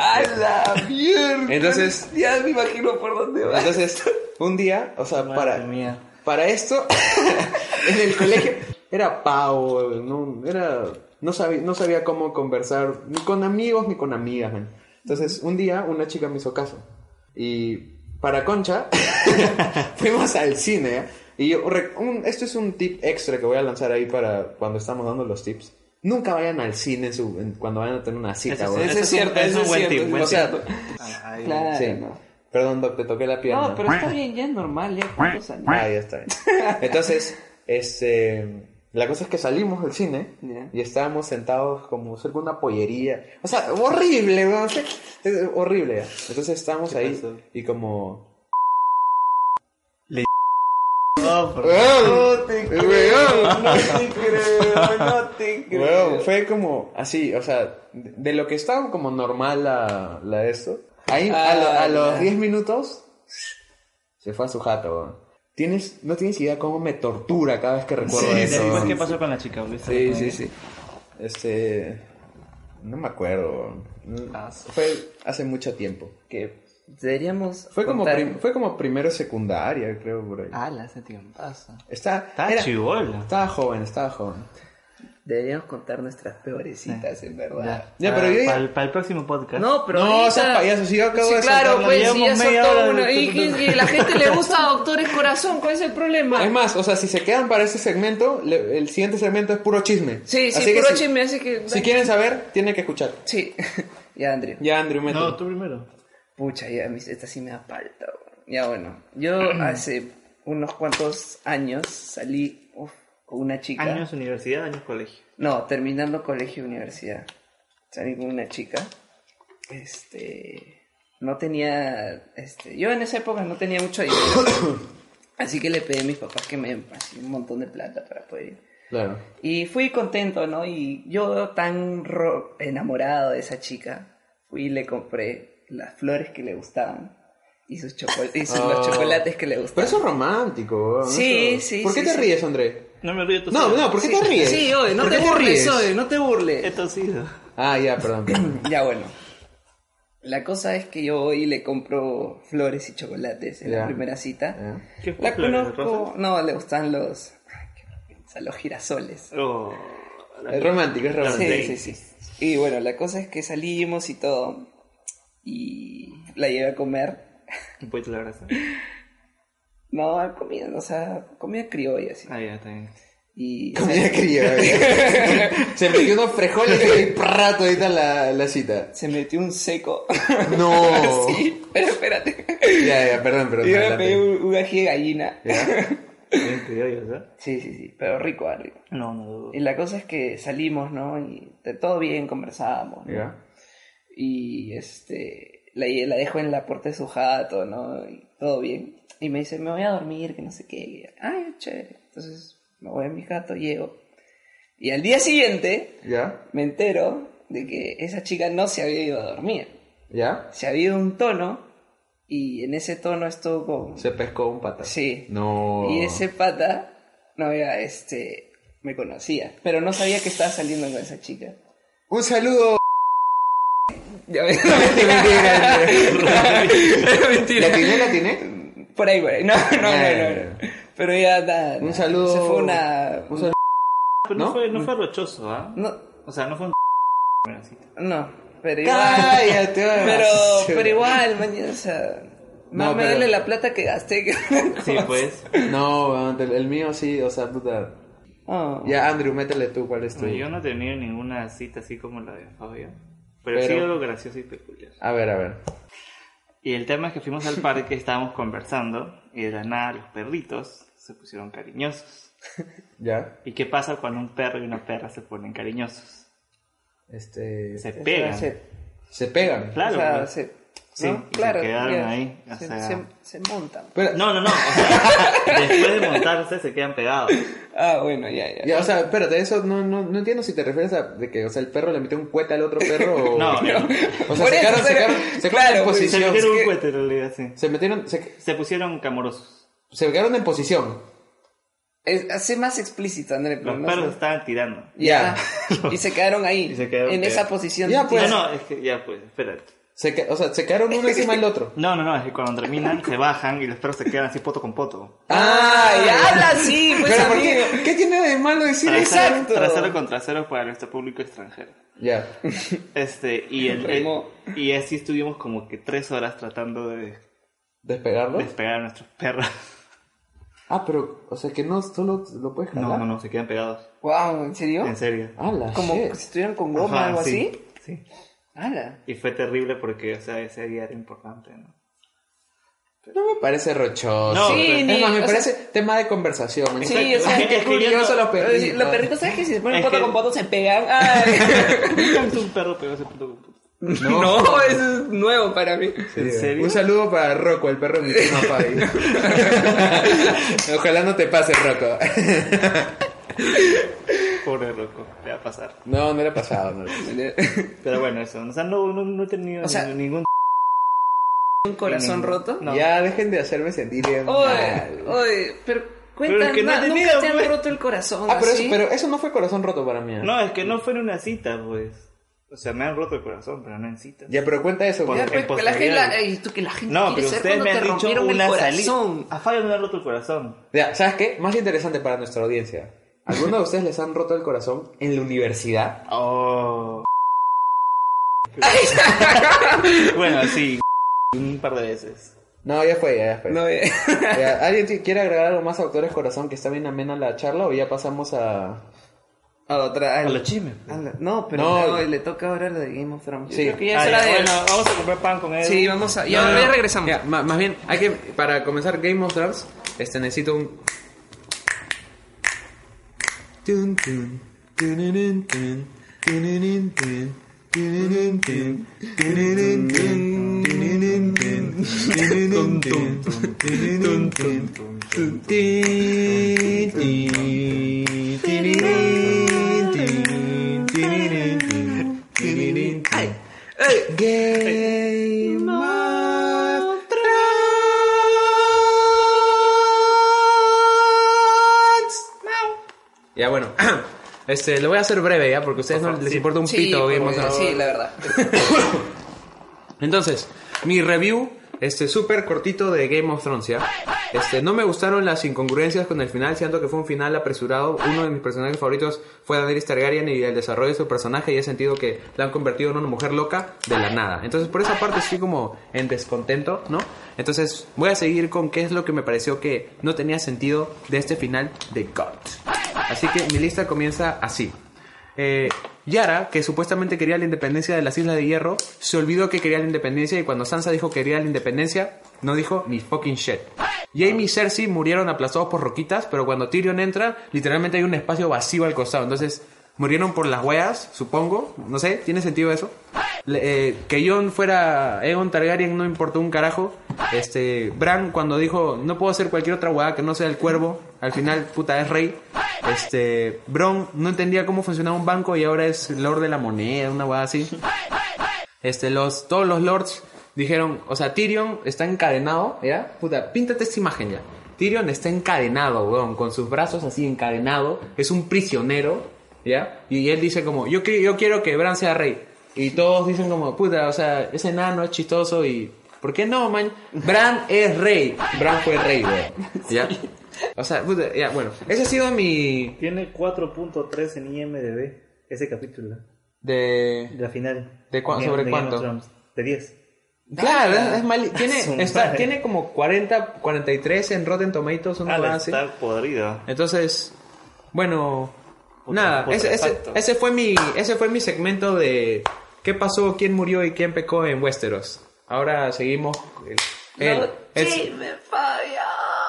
S1: ¡A la mierda!
S2: Entonces-
S1: Ya me imagino por dónde va.
S2: Entonces, un día, o sea, para...
S3: Madre mía.
S2: Para esto, en el colegio, era pavo, no, era, no, sabía, no sabía cómo conversar, ni con amigos ni con amigas. man. Entonces, un día una chica me hizo caso. Y para Concha, fuimos al cine. ¿eh? Y yo re- un- esto es un tip extra que voy a lanzar ahí para cuando estamos dando los tips. Nunca vayan al cine en su- en- cuando vayan a tener una cita.
S3: Ese
S2: weón.
S1: Ese es
S3: un-
S1: cierto,
S3: ese
S1: ese
S3: es un
S1: es
S3: buen
S1: cierto,
S3: tip, buen
S2: o sea,
S3: tip. Ay,
S1: Claro.
S2: Sí.
S1: ¿no?
S2: Perdón, Doc, te toqué la pierna.
S1: No, pero está bien, ya es normal, ya cuántos años.
S2: Ah, ya está. Entonces, este, la cosa es que salimos del cine
S1: Ya.
S2: y estábamos sentados como cerca de una pollería. O sea, horrible, weón. o sea, es horrible. Entonces estábamos ahí
S3: pasó?
S2: y como...
S3: No, por-
S2: ¡Weón!
S1: Weón, no te creo, no te creo.
S2: Weón, fue como así, o sea, de, de lo que estaba como normal la, la de esto. Ahí a, lo- a
S1: Ah,
S2: los
S1: ya.
S2: 10 minutos se fue a su jato. weón. Tienes, no tienes idea cómo me tortura cada vez que recuerdo
S3: Sí,
S2: eso.
S3: después,
S2: weón.
S3: ¿qué pasó con la chica? ¿Volviste a
S2: Sí,
S3: hablar con
S2: sí,
S3: ella?
S2: sí. Este. No me acuerdo. Mm,
S1: Ah, sí.
S2: Fue hace mucho tiempo.
S1: Que deberíamos.
S2: Fue como,
S1: contar-
S2: prim- fue como primero secundaria, creo, por ahí.
S1: Ala, hace tiempazo.
S2: Está,
S3: Está
S2: era-
S3: chivola.
S2: estaba joven, estaba joven.
S1: Deberíamos contar nuestras peores citas, en verdad.
S2: Ya, pero yo ya-
S3: Para el Ah, próximo podcast.
S1: No, pero.
S2: No,
S1: ahorita-
S2: seas payaso, si yo acabo
S1: sí,
S2: de
S1: Claro,
S2: soltarla,
S1: pues, si
S3: llevamos
S1: ya
S3: media
S1: soltó
S3: hora
S1: una.
S3: de-
S1: Y, y- y la gente le gusta a Doctores Corazón, ¿cuál es el problema?
S2: Es más, o sea, si se quedan para este segmento, le- el siguiente segmento es puro chisme.
S1: sí,
S2: Así
S1: sí,
S2: que
S1: pero
S2: si,
S1: me hace que.
S2: si quieren saber, tienen que escuchar.
S1: Sí. ya, Andrew.
S2: Ya, Andrew, mete.
S3: No, tú primero.
S1: Pucha, ya, mis- esta sí me da palta. weón. Ya bueno, yo hace unos cuantos años salí uf, con una chica.
S3: Años universidad, años colegio.
S1: No, terminando colegio y universidad. Salí con una chica. Este. No tenía. Este, yo en esa época no tenía mucho dinero. así que le pedí a mis papás que me den así un montón de plata para poder ir.
S2: Claro.
S1: Y fui contento, ¿no? Y yo tan ro- enamorado de esa chica, fui y le compré las flores que le gustaban y sus, choco- y sus- los
S2: Oh.
S1: chocolates que le
S2: Pero
S1: gustaban.
S2: eso es romántico. weón,
S1: Sí,
S2: eso-
S1: sí,
S2: ¿Por qué
S1: sí,
S2: te
S1: sí.
S2: ríes, André?
S3: No me río tú
S2: No,
S3: solo.
S2: no, ¿por qué te ríes?
S1: Sí, oye, no
S2: ¿Por
S1: te,
S2: qué
S1: burles,
S2: ríes?
S1: oye, no te burles.
S3: He tosido.
S2: Ah, ya, perdón. perdón.
S1: Mm, Ya bueno. La cosa es que yo voy y le compro flores y chocolates en
S2: Ya.
S1: la primera cita.
S2: Ya.
S3: ¿Qué
S1: La
S3: flores,
S1: conozco. No, le gustan los. ay, qué vergüenza, los girasoles.
S3: rosas? Oh, la-
S2: Es romántico, es romántico.
S1: Sí,
S3: Ley.
S1: sí, sí. Y bueno, la cosa es que salimos y todo. Y la llevé a comer.
S3: Un poquito la grasa.
S1: No, comida, o sea, comida criolla, así.
S3: Ah, ya, está bien.
S1: Y.
S2: Comida cría, weón. Se metió unos frijoles y rato ahorita la, la cita.
S1: Se metió un seco.
S2: No.
S1: sí, pero espérate.
S2: Ya, ya, perdón, perdón.
S1: Y yo me
S2: adelante.
S1: pedí un, un ají de gallina.
S2: Ya.
S3: Bien criollo, ¿verdad?
S1: Sí, sí, sí, pero rico, ah, rico.
S3: No, no dudo.
S1: Y la cosa es que salimos, ¿no? Y de- todo bien, conversábamos. ¿no?
S2: Ya.
S1: Y este, la, la dejo en la puerta de su jato, ¿no? Y todo bien. Y me dice, me voy a dormir, que no sé qué. Y, Ay, chévere. Entonces me voy a mi jato, llego. Y al día siguiente
S2: Ya.
S1: me entero de que esa chica no se había ido a dormir.
S2: Ya.
S1: Se había ido a un tono y en ese tono estuvo con...
S2: Se pescó un pata.
S1: Sí.
S2: No.
S1: Y ese pata, no, ya, este, me conocía. Pero no sabía que estaba saliendo con esa chica.
S2: Un saludo.
S1: Ya ves.
S2: ¿La tiene? ¿La tiene?
S1: Por ahí, por ahí. No, no,
S2: Eh.
S1: no, no, no. Pero ya nada.
S2: Un
S1: nada.
S2: saludo.
S1: Se fue una.
S2: Un saludo.
S3: Pero no,
S2: ¿no?
S3: fue, no fue rochoso, ¿ah?
S1: No,
S3: O sea, no fue un... Bueno, sí.
S1: no. Pero igual.
S2: Cállate.
S1: Pero,
S2: basura.
S1: pero igual, mañana, o sea. Más
S2: No,
S1: me
S2: pero-
S1: duele la plata que gasté. que-
S3: Sí, pues.
S2: No, weón, el el mío sí, o sea, puta.
S1: Oh.
S2: Ya, Andrew, métele tú, ¿cuál es tu?
S3: No, Yo no he tenido ninguna cita así como la de Fabio. Pero,
S2: Pero-
S3: sí algo gracioso y peculiar.
S2: A ver, a ver.
S3: Y el tema es que fuimos al parque, estábamos conversando, y de la nada los perritos se pusieron cariñosos.
S2: Ya.
S3: ¿Y qué pasa cuando un perro y una perra se ponen cariñosos?
S2: Este.
S3: Se
S2: Se,
S1: O sea,
S3: pegan.
S1: se-
S2: pegan.
S1: o
S3: Claro.
S1: sea,
S3: pues.
S1: se-
S3: Sí,
S1: ¿no?
S3: y se
S1: claro,
S3: quedaron
S1: ya.
S3: ahí, o
S1: se,
S3: sea.
S1: se- se montan.
S2: Pero,
S3: No, no, no. o sea, después de montarse se quedan pegados.
S1: Ah, bueno, ya, ya.
S2: ya, o sea, espérate, eso no, no, no entiendo si te refieres a de que, o sea, el perro le metió un cohete al otro perro o. O
S3: No, no.
S2: sea,
S1: Por
S2: se quedaron, se
S1: eso, pero-
S2: quedaron, se quedaron
S1: claro,
S2: en
S1: pues,
S3: Se
S2: posición.
S3: metieron
S1: que-
S3: un cohete en realidad, sí.
S2: Se metieron, se,
S3: Se pusieron camorosos.
S2: se quedaron en posición.
S1: Es- hace más explícito, André. pero
S3: Los
S1: no
S3: perros
S1: sé.
S3: estaban tirando.
S2: Ya.
S1: y se quedaron ahí,
S3: Y se quedaron
S1: en esa
S3: quedados.
S1: posición.
S2: Ya, pues.
S3: No, no, es que ya pues, espérate.
S2: Se que- o sea, se quedaron uno encima del otro.
S3: No, no, no, es que cuando terminan se bajan y los perros se quedan así poto con poto.
S1: Ah, ya habla así, pues
S2: Pero ¿por
S1: amigo.
S2: qué? ¿Qué tiene de malo decir eso?
S3: Trasero-
S1: exacto.
S3: Trasero con trasero para nuestro público extranjero.
S2: Ya.
S3: Este, y, el,
S1: Remo.
S3: y así estuvimos como que tres horas tratando de
S2: ¿Despegarlo?
S3: despegar a nuestros perros.
S2: Ah, pero, o sea, que no solo lo puedes jalar.
S3: No, no, no, se quedan pegados.
S1: Wow, ¿en serio?
S3: En serio.
S2: Ala,
S1: Como
S2: Ah, shit.
S1: si estuvieran con goma o algo
S3: sí,
S1: así.
S3: Sí.
S1: Ala.
S3: Y fue terrible porque, o sea, ese día era importante, ¿no?
S4: No me parece rochoso.
S3: No,
S1: Sí,
S3: pero-
S1: ni-
S4: es más, me
S1: o sea-
S4: parece tema de conversación.
S1: Sí, o sea,
S3: Exacto.
S1: qué
S3: Escribiendo-
S1: curioso los perritos.
S4: Escribiendo.
S1: Los perritos, ¿sabes que si se ponen
S3: Es
S1: foto
S3: que-
S1: con foto se pegan? Ay.
S3: Tanto un perro pegó ese puto computador.
S1: no. eso es nuevo para mí.
S3: ¿En serio?
S2: Un saludo para Rocco, el perro de mi prima Fabi.
S4: Ojalá no te pase, Rocco.
S3: Pobre loco, le va a pasar.
S4: No, no le ha pasado. No le ha pasado.
S3: Pero bueno, eso. O sea, no, no, no he tenido
S1: O sea,
S3: ni- ningún.
S1: ¿Un corazón roto?
S3: No.
S4: Ya dejen de hacerme sentir
S1: Oye,
S4: mal.
S1: oye, pero
S3: Pero
S1: cuéntanos,
S3: es que no he
S1: nunca
S3: tenido,
S1: te han
S3: pues.
S1: roto el corazón
S4: Ah, pero eso,
S1: así?
S4: pero eso no fue corazón roto para mí. ¿eh?
S3: No, es que no fue en una cita, pues. O sea, me han roto el corazón, pero no en cita.
S4: Ya, pero cuenta eso.
S1: Ya,
S4: güey.
S1: pues,
S3: en
S1: que la gente, la,
S3: posterioridad.
S1: ey, tú que la gente
S3: No,
S1: quiere
S3: pero
S1: saber
S3: ustedes me
S1: cuándo
S3: han
S1: te
S3: dicho
S1: rompieron el
S3: una salida.
S1: corazón.
S3: A Fabio me ha roto el corazón.
S4: Ya, ¿sabes qué? Más interesante para nuestra audiencia. ¿Alguno de ustedes les han roto el corazón en la universidad?
S3: Oh. bueno, sí. Un par de veces.
S4: No, ya fue, ya, ya fue.
S1: No, eh.
S4: Ya, ¿Alguien ti- quiere agregar algo más a Autores Corazón que está bien amena la charla o ya pasamos a...
S1: A la otra, a
S3: A
S1: la-
S3: los chismes.
S1: a la- no, pero
S4: No.
S1: no, le toca ahora lo de Game of Thrones.
S4: Sí.
S1: Creo que ya es
S3: Ah,
S1: hora
S3: ya,
S1: de...
S3: Bueno, vamos a comprar pan con él.
S1: sí, vamos a... Ya,
S2: No, no,
S1: ya
S2: no.
S1: regresamos.
S2: Ya, ma- más bien, hay que, para comenzar Game of Thrones, este, necesito un... Tun, tun, tunurun, tun, tunurun, tun, tunurun, tun, tunurun, tun, tunurun, tun, tunurun, tun, tunurun, tun, tun, tin, tin, tiririn, tin, tiririn, tin, tiririn, tin. Game of Thrones. Ya bueno, este, lo voy a hacer breve ya porque a ustedes no les importa un
S1: Sí,
S2: pito
S1: porque-
S2: Game of Thrones.
S1: Sí, la verdad.
S2: Entonces, mi review, este, súper cortito de Game of Thrones, ¿ya? Este, no me gustaron las incongruencias con el final, siento que fue un final apresurado. Uno de mis personajes favoritos fue Daenerys Targaryen y el desarrollo de su personaje y he sentido que la han convertido en una mujer loca de la nada. Entonces, por esa parte estoy como en descontento, ¿no? Entonces, voy a seguir con qué es lo que me pareció que no tenía sentido de este final de God. Así que mi lista comienza así. Eh, Yara, que supuestamente quería la independencia de las Islas de Hierro, se olvidó que quería la independencia y cuando Sansa dijo que quería la independencia, no dijo ni fucking shit. Jaime y Cersei murieron aplastados por roquitas, pero cuando Tyrion entra, literalmente hay un espacio vacío al costado. Entonces, murieron por las hueas, supongo. No sé, ¿tiene sentido eso? Le- eh, que Jon fuera Egon Targaryen no importó un carajo. Este, Bran cuando dijo, no puedo hacer cualquier otra hueá que no sea el cuervo, al final, puta, es rey. Este, Bron no entendía cómo funcionaba un banco y ahora es Lord de la Moneda, una hueá así. Este, los, todos los lords dijeron, o sea, Tyrion está encadenado, ¿ya? Puta, píntate esta imagen ya. Tyrion está encadenado, weón, con sus brazos así encadenado, es un prisionero, ¿ya? Y él dice como, yo, qui- yo quiero que Bran sea rey. Y todos dicen como, puta, o sea, ese enano es chistoso y... ¿Por qué no, man? Bran es rey. Bran fue rey, weón. ¿Ya? O sea, puta, ya, bueno. Ese ha sido mi...
S3: Tiene 4.3 en IMDB. Ese capítulo.
S2: De...
S3: La final.
S2: ¿De cuán-
S3: Game-
S2: sobre
S3: de Game
S2: cuánto?
S3: of Thrones. De 10.
S4: Claro, es, es mal-
S3: Su
S4: Tiene,
S3: madre.
S4: está- tiene como 40, 43 en Rotten Tomatoes, una
S3: Ah,
S4: hueá
S3: la
S4: así.
S3: está podrido.
S2: Entonces, bueno,
S3: Puta,
S2: nada,
S3: puta,
S2: ese, ese-
S3: exacto.
S2: ese fue mi, ese fue mi segmento de qué pasó, quién murió y quién pecó en Westeros. Ahora seguimos el, el-
S1: No,
S2: el-
S1: sí, me falla.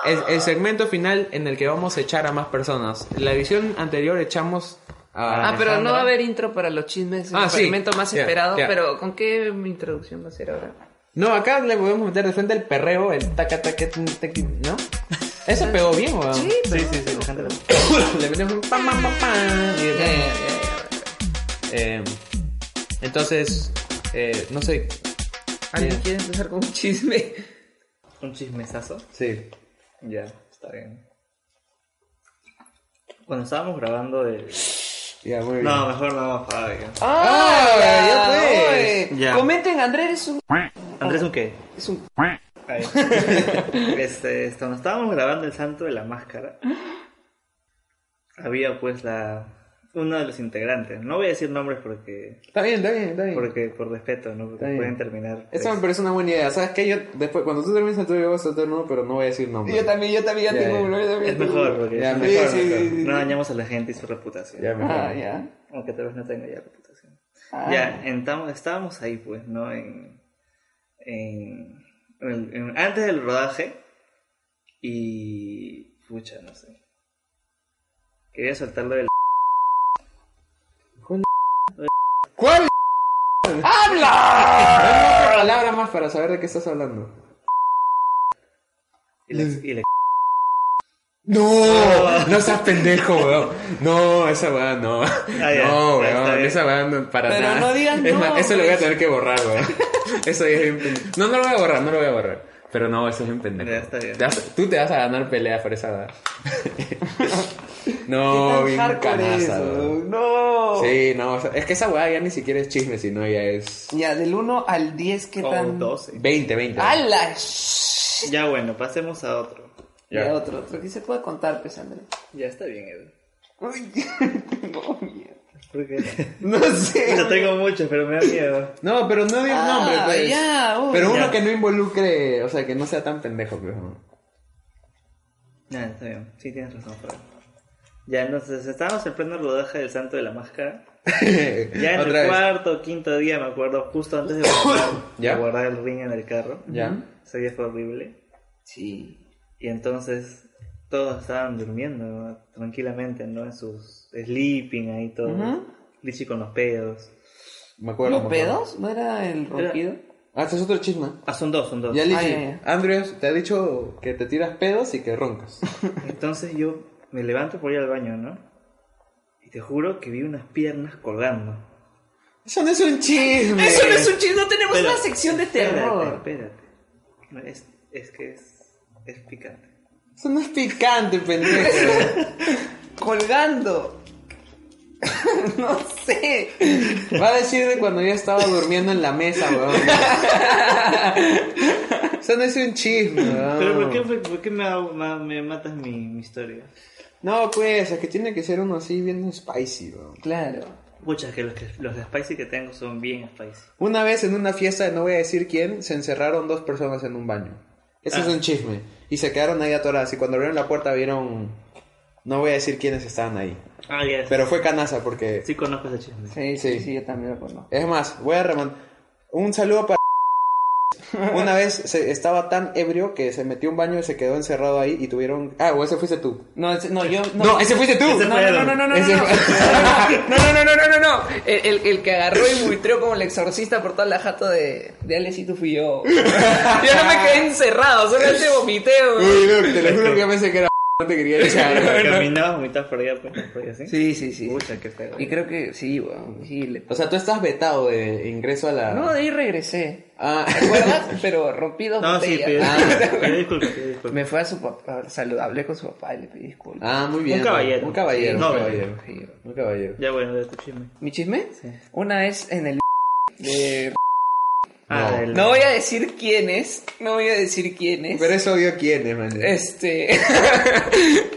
S2: el- el segmento final en el que vamos a echar a más personas. En la edición anterior echamos a...
S1: Ah, pero
S3: Alejandra.
S1: no va a haber intro para los chismes.
S2: Ah,
S1: el
S2: sí.
S1: segmento más
S2: Ya,
S1: esperado,
S2: ya.
S1: pero ¿con qué introducción va a ser ahora?
S2: No, acá le podemos meter de frente el perreo, el taca taca tun, taqui, ¿no? Ese pegó bien, weón.
S3: Sí, sí, sí, Alejandra.
S2: Le metemos un pam, pam, pam, pam, y de
S1: Ya, ya,
S2: repente-
S1: ya, ya.
S2: Eh, entonces, eh, no sé.
S1: ¿Alguien
S2: Eh,
S1: quiere empezar con un chisme?
S3: Un chismesazo.
S2: Sí.
S3: Ya, está bien. Cuando estábamos grabando el...
S2: Ya, muy bien.
S3: No, mejor no, Fabio.
S1: ¡Ah!
S2: ya pues.
S1: oye.
S3: Ya.
S1: Comenten, Andrés es un...
S3: Andrés, ¿un qué?
S1: Es un...
S3: Ahí. este, este, cuando estábamos grabando el santo de la máscara, había pues la uno de los integrantes. No voy a decir nombres porque
S4: Está bien, está bien, está bien.
S3: porque por respeto, ¿no? Porque
S4: Está bien.
S3: pueden terminar. pues.
S4: Eso me parece una buena idea. ¿Sabes qué? Yo, después, cuando tú termines el tuyo, yo voy a soltar uno, pero no voy a decir nombre.
S1: Yo también, yo también, ya
S4: Ya,
S1: tengo
S4: ya.
S1: uno. Yo también
S3: es
S1: tengo
S3: mejor
S1: uno.
S3: porque
S4: Ya,
S3: es
S4: mejor,
S3: mejor,
S4: sí,
S3: mejor.
S4: sí, sí,
S3: no dañamos a la gente y su reputación.
S4: Ya, mejor.
S1: Ah, ya.
S3: Aunque tal vez no tenga ya reputación.
S1: Ah.
S3: Ya, entamo- estábamos ahí pues, ¿no? En, en, en el- en- antes del rodaje y... Pucha, no sé. Quería soltarlo del...
S2: ¿Cuál? ¡Habla! Dame una palabra más para saber de qué estás hablando.
S3: Y le, y le-
S2: No, no seas pendejo, weón. No, esa weón no.
S3: Ah, ya.
S2: no,
S3: Está- está
S2: weón,
S3: bien.
S2: esa weón no, para
S1: Pero
S2: nada.
S1: no digas
S2: es
S1: no,
S2: más, eso lo voy a
S1: pues.
S2: tener que borrar, weón. Eso ya es bien pendejo. No, no lo voy a borrar, no lo voy a borrar. Pero no, eso es bien pendejo.
S3: Ya, está bien.
S2: Te vas- tú te vas a ganar pelea por esa weón. no,
S1: ¿Qué
S2: bien
S1: tan hardcore es
S2: canaza,
S1: eso?
S2: weón.
S1: No.
S2: Sí, no, o sea, es que esa weá ya ni siquiera es chisme, sino ya es
S1: Ya, del 1 al 10, ¿qué
S3: o
S1: tan?
S3: 12.
S2: 20, 20.
S1: ¡A la sh-
S3: Ya bueno, pasemos a otro.
S1: Ya,
S2: Ya.
S1: otro, otro. ¿Qué se puede contar, pues, Andrés?
S3: Ya está bien, Edu.
S1: Uy, tengo miedo.
S3: Porque
S1: No sé.
S3: no tengo muchos, pero me da miedo.
S2: No, pero no digas
S1: Ah,
S2: nombre, pues.
S1: ya, uy,
S2: pero uno
S3: ya.
S2: que no involucre, o sea, que no sea tan pendejo, pues. ¿no?
S3: Nada, Ah, está bien. Sí, tienes razón, Fran. Ya, entonces estábamos en pleno rodaje del Santo de la Máscara. Ya en
S2: Otra vez.
S3: el cuarto o quinto día, me acuerdo, justo antes de guardar, de
S2: Ya.
S3: guardar el ring en el carro.
S2: Ya.
S3: Ese día fue horrible.
S1: Sí.
S3: Y entonces todos estaban durmiendo ¿no? tranquilamente, ¿no? En sus sleeping ahí todo.
S1: Ujú.
S3: Lichi con los pedos.
S2: Me acuerdo.
S1: ¿Los
S2: me acuerdo.
S1: pedos? ¿No era el rompido?
S2: Ah, este es otro chisme.
S3: Ah, son dos, son dos.
S2: Ya, Lichi.
S1: ya, ya.
S2: Andrews te ha dicho que te tiras pedos y que roncas.
S3: Entonces yo me levanto por ir al baño, ¿no? Y te juro que vi unas piernas colgando.
S2: Eso no es un chisme.
S1: Eso no es un chiste, no tenemos
S3: Pero-
S1: una sección de
S3: Espérate,
S1: terror.
S3: Espérate. No, Es, es que es, es picante.
S2: Eso no es picante, pendejo.
S1: Colgando. no sé.
S2: Va a decir de cuando yo estaba durmiendo en la mesa, weón. Eso no es un chisme, weón.
S3: Pero ¿por qué, fue- por qué me, hago- ma- me matas mi, mi historia?
S2: No, pues, es que tiene que ser uno así bien spicy, weón.
S1: Claro.
S3: Pucha, que los, que los de spicy que tengo son bien spicy.
S2: Una vez en una fiesta de no voy a decir quién, se encerraron dos personas en un baño. Ese
S1: Ah.
S2: es un chisme. Y se quedaron ahí atoradas. Y cuando abrieron la puerta vieron... No voy a decir quiénes estaban ahí.
S3: Ah, ya.
S2: Pero fue canaza porque...
S3: sí conozco ese chisme.
S1: Sí, sí, sí, yo también lo conozco.
S2: Es más, voy a remandar... Un saludo para... Una vez se- estaba tan ebrio que se metió a un baño y se quedó encerrado ahí y tuvieron... Ah, o ese fuiste tú.
S1: No, ese- no, yo.
S2: No, ese fuiste tú.
S3: Ese
S1: No,
S3: fue
S1: no, no,
S3: Adam.
S1: no, no, no,
S2: Ese
S1: no.
S2: fue-
S1: No, no, no, no, no, no, no. El, el- el que agarró y buitreó como el exorcista por toda la jato de, de Alecito fui yo. Yo no me quedé encerrado, solamente vomité, güey.
S2: Uy, no, te lo juro que yo pensé que era... No te quería echar. weón.
S3: Caminabas vomitabas por allá, vomitabas por allá, ¿sí?
S1: Sí, sí, sí.
S3: Pucha, qué feo.
S1: Y creo que sí, weón. Sí, le...
S2: O sea, tú estás vetado de ingreso a la...
S1: No, de ahí regresé.
S2: Ah.
S1: ¿Te acuerdas? Pero rompí dos
S3: No, sí,
S1: botellas. pues
S3: pero
S2: Ah.
S3: disculpas, pido disculpas.
S1: Me fue a su papá, salud- hablé con su papá y le pedí disculpas.
S2: Ah, muy bien.
S3: Un caballero.
S2: Un caballero.
S3: No,
S2: un caballero.
S1: Sí, weón.
S2: Un caballero.
S3: Ya bueno, de tu chisme.
S1: ¿Mi chisme?
S3: Sí.
S1: Una vez en el... de-
S3: Ah,
S2: No.
S3: del-
S1: No voy a decir quién es, no voy a decir quién es.
S2: Pero eso vio quién es, man.
S1: Este.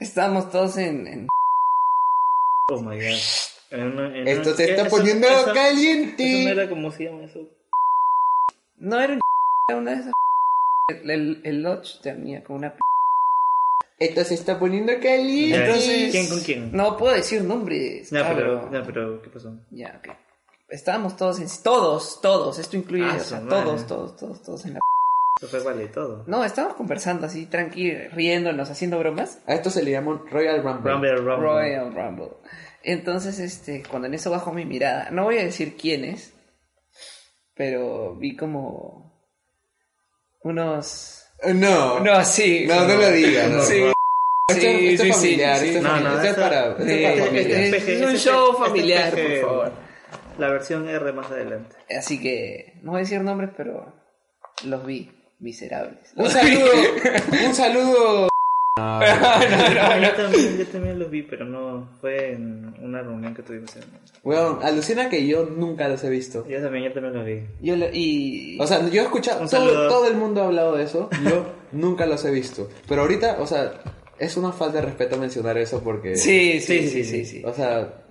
S1: Estábamos todos en. en-
S3: Oh my god. En una- en
S2: Esto
S3: una-
S2: se está
S3: eh, eso-
S2: poniendo
S3: eso- Eso no
S2: caliente.
S3: era como se llama eso.
S1: No era un. era una de esas. El, el, el Lodge tenía con una. p-
S2: Esto se está poniendo caliente.
S3: Ya,
S1: Entonces-
S3: ¿Quién con quién?
S1: No puedo decir nombres.
S3: No, pero,
S1: cabro.
S3: no, pero, ¿qué pasó?
S1: Ya, ok. Estábamos todos en. Todos, todos. Esto incluye.
S3: Ah,
S1: o
S3: su
S1: sea,
S3: madre.
S1: todos, todos, todos, todos en la.
S3: Eso fue vale todo.
S1: p- No, estábamos conversando así, tranqui, riéndonos, haciendo bromas.
S2: A esto se le llama Royal Rumble.
S3: Rumble, Rumble.
S1: Royal Rumble. Entonces, este, cuando en eso bajo mi mirada, no voy a decir quién es, pero vi como unos...
S2: Eh, No.
S1: No, sí.
S2: No, no lo digas. No.
S1: Sí.
S2: Esto,
S1: Sí,
S2: esto
S1: sí,
S2: es familiar.
S1: sí, sí.
S2: esto es
S3: No,
S2: familiar.
S3: no,
S2: esto es
S3: esto-
S2: para, esto es para
S1: Sí,
S2: familia.
S1: es-
S3: PG,
S1: un
S3: este
S1: show
S3: PG,
S1: familiar,
S3: este PG.
S1: por favor.
S3: La versión R más adelante.
S1: Así que, no voy a decir nombres, pero los vi, miserables.
S2: Un saludo. Un saludo.
S3: yo, también, yo también los vi, pero no fue en una reunión que tuvimos. En...
S2: Weón, alucina que yo nunca los he visto.
S3: Yo también, yo también los vi.
S1: Yo lo- y...
S2: O sea, yo he escuchado,
S3: Un
S2: todo,
S3: saludo.
S2: todo el mundo ha hablado de eso, yo nunca los he visto. Pero ahorita, o sea, es una falta de respeto mencionar eso porque...
S1: sí, sí, sí,
S3: sí,
S1: sí,
S3: sí,
S1: sí,
S2: O sea,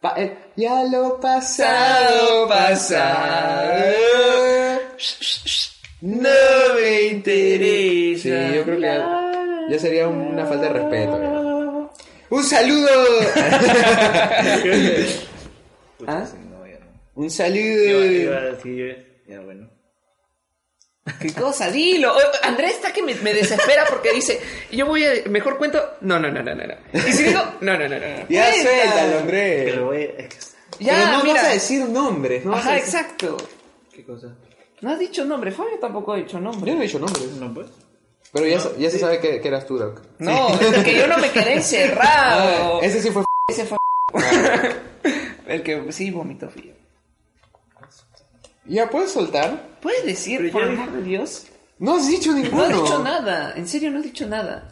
S2: pa- eh, ya lo pasado, pasado. No me interesa. Sí, yo creo que ya sería un- una falta de respeto. ya. Un saludo.
S3: Pucha,
S2: ¿Ah?
S1: ¿Ah?
S3: sí, no, ya no.
S2: un
S3: Iba, iba
S2: saludo.
S3: a decir, ya bueno.
S1: ¿Qué cosa? Dilo. Oh, Andrés está que me, me desespera porque dice, yo voy a... Mejor cuento... No, no, no, no, no. no. Y si digo... No, no, no, no. no.
S2: Ya
S1: Cuenta.
S2: suéltalo, Andrés.
S3: Que lo voy a- es que-
S1: Ya,
S2: Pero no
S1: mira.
S2: vas a decir nombres, ¿no? vas a
S1: Ajá,
S2: decir-
S1: exacto.
S3: ¿Qué cosa?
S1: No has dicho nombre. Fabio tampoco ha dicho nombre.
S2: Yo no he dicho nombres.
S3: No, pues.
S2: Pero ya, se- ya se sabe que, que eras tú, Doc.
S1: No, es que yo no me quedé
S2: Ah,
S1: encerrado.
S2: ese sí fue.
S1: Ese fue... El que sí vomitó frío.
S2: ¿Ya puedes soltar?
S1: ¿Puedes decir,
S3: Pero
S1: por
S3: ya-
S1: amor de Dios?
S2: No has dicho
S1: No
S2: ninguno.
S1: has dicho nada. En serio, no has dicho nada.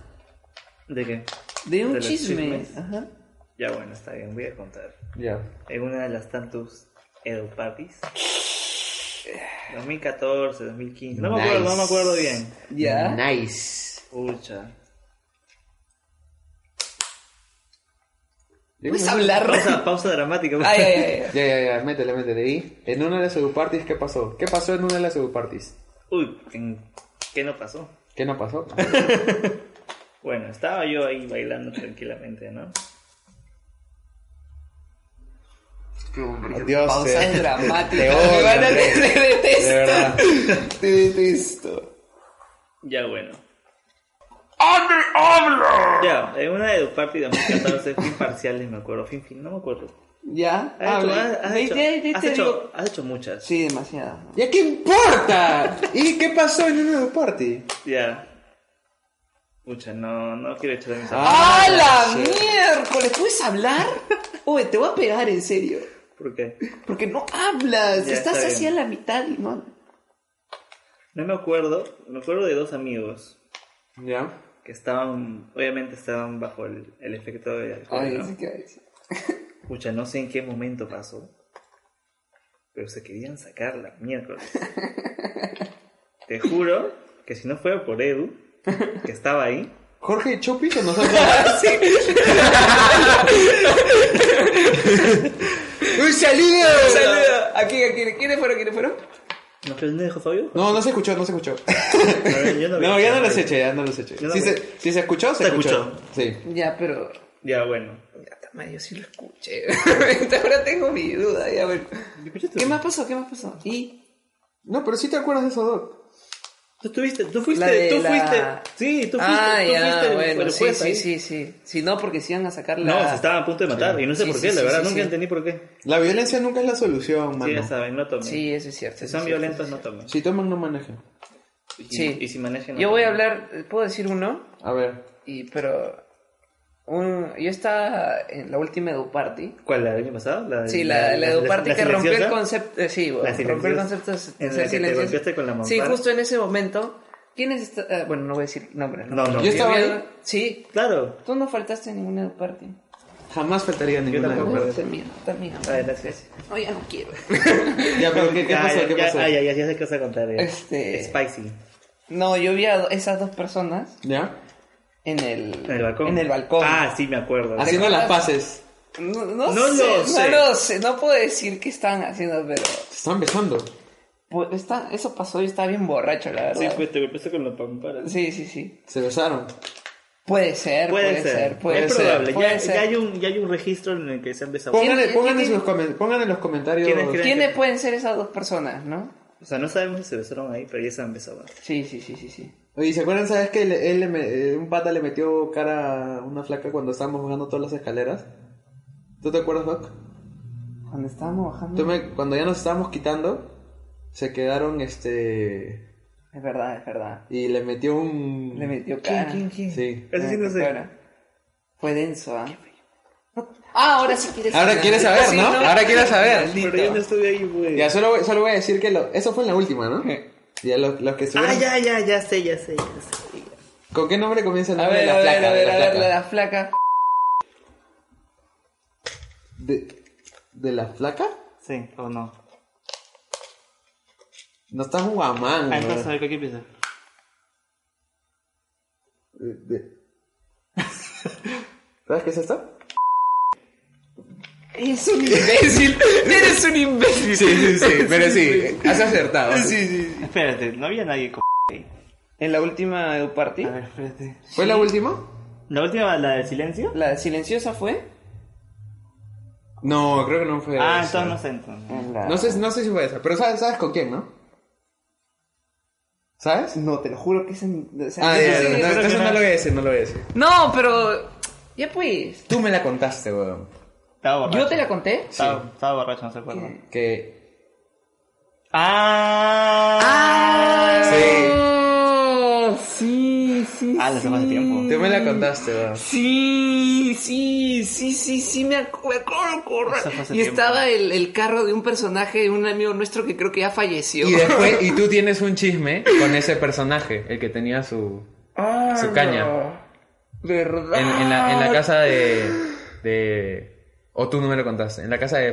S3: ¿De qué?
S1: De un
S3: De los
S1: chisme.
S3: chismes.
S1: Ajá.
S3: Ya bueno, está bien, voy a contar.
S2: Ya.
S3: En una de las tantos Edo Parties. 2014, 2015. No me acuerdo, no me acuerdo bien.
S1: Ya.
S2: Nice.
S3: Pucha.
S1: Puedes hablar.
S3: Pausa, pausa dramática.
S1: Ay, ay, ay.
S2: Ya, ya, ya, métele, métele. ¿Y en una de las eduparties qué pasó? ¿Qué pasó en una de las eduparties?
S3: Uy, ¿en ¿qué no pasó?
S2: ¿Qué no pasó?
S3: Bueno, estaba yo ahí bailando tranquilamente, ¿no?
S2: Dios,
S1: Pausa
S2: eh.
S1: dramática.
S2: Te
S1: Me
S2: odio,
S1: van a
S2: Andrés.
S1: te
S2: De
S1: detesto.
S2: verdad. Te detesto.
S3: Ya bueno. Ya, en una de Duparty 2014, fin parciales, me acuerdo. Fin, fin, no me acuerdo.
S1: Ya.
S3: Has
S1: Habla.
S3: hecho- has- has
S1: Ah, Ve-
S3: hecho-
S1: ya- ya
S3: has
S1: te
S3: hecho-
S1: digo.
S3: has hecho muchas.
S1: Sí, demasiado.
S2: ¿Ya qué importa? ¿Y qué pasó en una eduparty?
S3: Ya. Pucha, no, no quiero echar a mis
S1: ¡A
S3: amigos.
S1: Ah, la
S2: sí.
S1: miércoles! ¿Puedes hablar? Oye, te voy a pegar en serio.
S3: ¿Por qué?
S1: Porque no hablas.
S3: Ya,
S1: Estás
S3: está
S1: así a
S3: bien.
S1: la mitad y no.
S3: No me acuerdo, me acuerdo de dos amigos
S2: Ya.
S3: que estaban, obviamente estaban bajo el, el efecto de alcohol,
S1: Ay,
S3: ¿no?
S1: sí que- sí.
S3: Pucha, no sé en qué momento pasó, pero se querían sacar la miércoles. Te juro que si no fuera por Edu, que estaba ahí,
S2: ¿Jorge Chupi con nosotros? ¡Un saludo!
S1: Saluda. Aquí, aquí. ¿Quiénes fueron? ¿Quiénes fueron?
S3: ¿no crees que dejó Fabio?
S2: No, no se escuchó, no se escuchó.
S3: No, yo
S2: No,
S3: vi.
S2: ya no los eché, ya no los eché.
S3: Yo no
S2: Si
S3: vi.
S2: se, si se escuchó, se,
S3: Se
S2: escuchó.
S3: escuchó.
S2: Sí.
S1: Ya, pero.
S3: Ya, bueno.
S1: Ya, tama, yo sí lo escuché. Ahora tengo mi duda. Ya, bueno. ¿Qué más pasó? ¿Qué más pasó? ¿Y?
S2: No, pero sí te acuerdas de eso, Doc.
S3: Tú estuviste, tú fuiste,
S1: La de
S3: tú
S1: la-
S3: fuiste. Sí, tú fuiste,
S1: ah,
S3: tú
S1: ya,
S3: fuiste el-
S1: bueno,
S3: el
S1: sí,
S3: juez
S1: sí,
S3: ahí.
S1: sí, sí. Si no, porque si iban a sacar la...
S3: No, se estaban a punto de matar y no sé
S1: Sí,
S3: por
S1: sí,
S3: qué, la
S1: sí,
S3: verdad,
S1: sí,
S3: nunca
S1: sí.
S3: entendí por qué.
S2: La violencia nunca es la solución,
S3: Sí, ya
S2: mano.
S3: saben, no tomen.
S1: Sí, eso es cierto.
S3: si
S1: eso es
S3: son
S1: cierto.
S3: violentos, no tomen.
S2: Si toman, no manejan.
S3: Y,
S1: Sí.
S3: y si manejan. no
S1: Yo voy a
S3: tomen.
S1: hablar, eh, puedo decir uno,
S2: A ver.
S1: y pero... un- yo estaba en la última EduParty.
S3: ¿Cuál? ¿La del año pasado? ¿La,
S1: Sí, la, la, EduParty
S3: la
S1: que rompió el
S3: silenciosa?
S1: concepto... eh, sí, bueno,
S3: La
S1: rompió el
S3: silenciosa.
S1: concepto de
S3: En la
S1: ser
S3: que te
S1: silenciosa.
S3: golpeaste con la mampara.
S1: Sí, justo en ese momento. ¿Quiénes está- ah, Bueno, no voy a decir nombres.
S3: No, no.
S2: Yo estaba
S1: Miedo-
S2: ahí.
S1: Sí,
S3: Claro.
S1: tú no faltaste a ninguna EduParty.
S2: Jamás faltaría ninguna.
S3: tampoco.
S2: de acuerdo.
S1: También, también.
S3: A ver, gracias.
S1: No, ya no quiero.
S2: Ya, pero ¿qué, qué
S3: Ah,
S2: pasó?
S3: ya,
S2: ¿Qué
S3: ya,
S2: pasó?
S3: ah, ya, ya, ya sé qué vas a contar. eh.
S1: Este-
S3: Spicy.
S1: No, yo vi a do- esas dos personas
S2: ¿Ya?
S1: en el,
S3: ¿En el balcón?
S1: En el balcón.
S3: Ah, sí, me acuerdo.
S2: Haciendo las paces.
S1: no, no
S3: No
S1: sé,
S3: lo sé.
S1: no lo sé, no puedo decir qué estaban haciendo, pero
S2: Se están besando.
S1: pues, está, eso pasó, yo estaba bien borracho, la verdad.
S3: Sí, pues te golpeaste con la pampara.
S1: sí, sí, sí.
S2: Se besaron.
S1: Puede ser, puede, ser, puede
S3: es
S1: ser.
S3: probable.
S1: puede
S3: ya,
S1: ser.
S3: ya hay un, ya hay un registro en el que se han besado.
S1: ¿Quién-
S2: Pónganle,
S1: quién-
S2: pónganle,
S1: quién-
S2: sus comen- pónganle en los comentarios.
S3: ¿Quiénes creen?
S1: ¿Quiénes pueden ser esas dos personas, no?
S3: O sea, no sabemos si se besaron ahí, pero ya se han besado.
S1: Sí, sí, sí, sí, sí.
S2: Oye, ¿se acuerdan, sabes que le- él le me- eh, un pata le metió cara a una flaca cuando estábamos bajando todas las escaleras? ¿Tú te acuerdas, Doc?
S1: Cuando estábamos bajando.
S2: Tú me- cuando ya nos estábamos quitando, se quedaron este.
S1: Es verdad, es verdad.
S2: Y le metió un.
S1: Le metió cara.
S3: quién?
S2: Sí.
S3: Ah, Eso sí
S1: Le
S3: no
S1: metió
S3: sé.
S1: cara. Fue denso, ¿ah? Ah, ahora sí quieres
S2: Ahora quieres saber,
S1: Sí,
S2: ¿no? Ahora quieres saber.
S3: Pero yo no estuve ahí, güey.
S2: Ya, solo, voy- solo voy a decir que lo, eso fue en la última, ¿no? Ya los, los que
S3: Ah,
S2: estuvieron.
S3: ya, ya, ya sé, ya sé, ya sé.
S2: ¿Con qué nombre comienza el
S1: A
S2: nombre
S1: ver,
S2: de
S1: a
S2: la
S1: ver,
S2: flaca?
S1: a
S2: de
S1: ver,
S2: la
S1: a ver,
S2: flaca?
S1: la la flaca.
S2: De, ¿De la flaca?
S3: Sí, o no.
S2: No está guamán. ¿no?
S3: Ah, entonces, a ver, ¿con qué empieza?
S2: De- de- ¿Sabes qué es esto?
S1: Es un imbécil. Eres un imbécil.
S2: Sí, sí, pero sí, has acertado.
S3: Espérate, no había nadie con...
S1: En la última Edu Party,
S3: A ver, espérate.
S2: ¿Fue la última?
S3: ¿La última, la del silencio?
S1: la silenciosa fue.
S2: No, creo que no fue.
S3: Ah,
S2: esa.
S3: entonces no sé, entonces.
S1: en la-
S2: No sé, no sé si fue esa, pero sabes, sabes con quién, ¿no? ¿Sabes?
S1: No, te lo juro que es en... o sea,
S2: Ah,
S1: yo
S2: ya,
S1: sé-
S2: no,
S3: creo que
S2: entonces
S3: no.
S2: no lo voy a decir, no lo voy a decir.
S1: No, pero... Ya pues.
S2: Tú me la contaste, weón.
S3: Estaba borracho.
S1: ¿Yo te la conté?
S3: Estaba, estaba borracho, no se acuerda.
S2: Eh. Que.
S3: ¡Ah!
S1: Sí. Sí, sí,
S3: Ah, la semana de
S1: sí.
S3: tiempo.
S2: Tú me la contaste, weón.
S1: Sí, sí, sí, sí, sí, me, ac- me acuerdo, corra.
S3: Eso fue hace
S1: Y
S3: tiempo.
S1: estaba el, el carro de un personaje, de un amigo nuestro que creo que ya falleció.
S2: Y después, y tú tienes un chisme con ese personaje, el que tenía su.
S1: Ah,
S2: Su caña.
S1: no. ¿Verdad?
S2: En, en la, en la casa de. de. O tú no me lo contaste. En la casa de.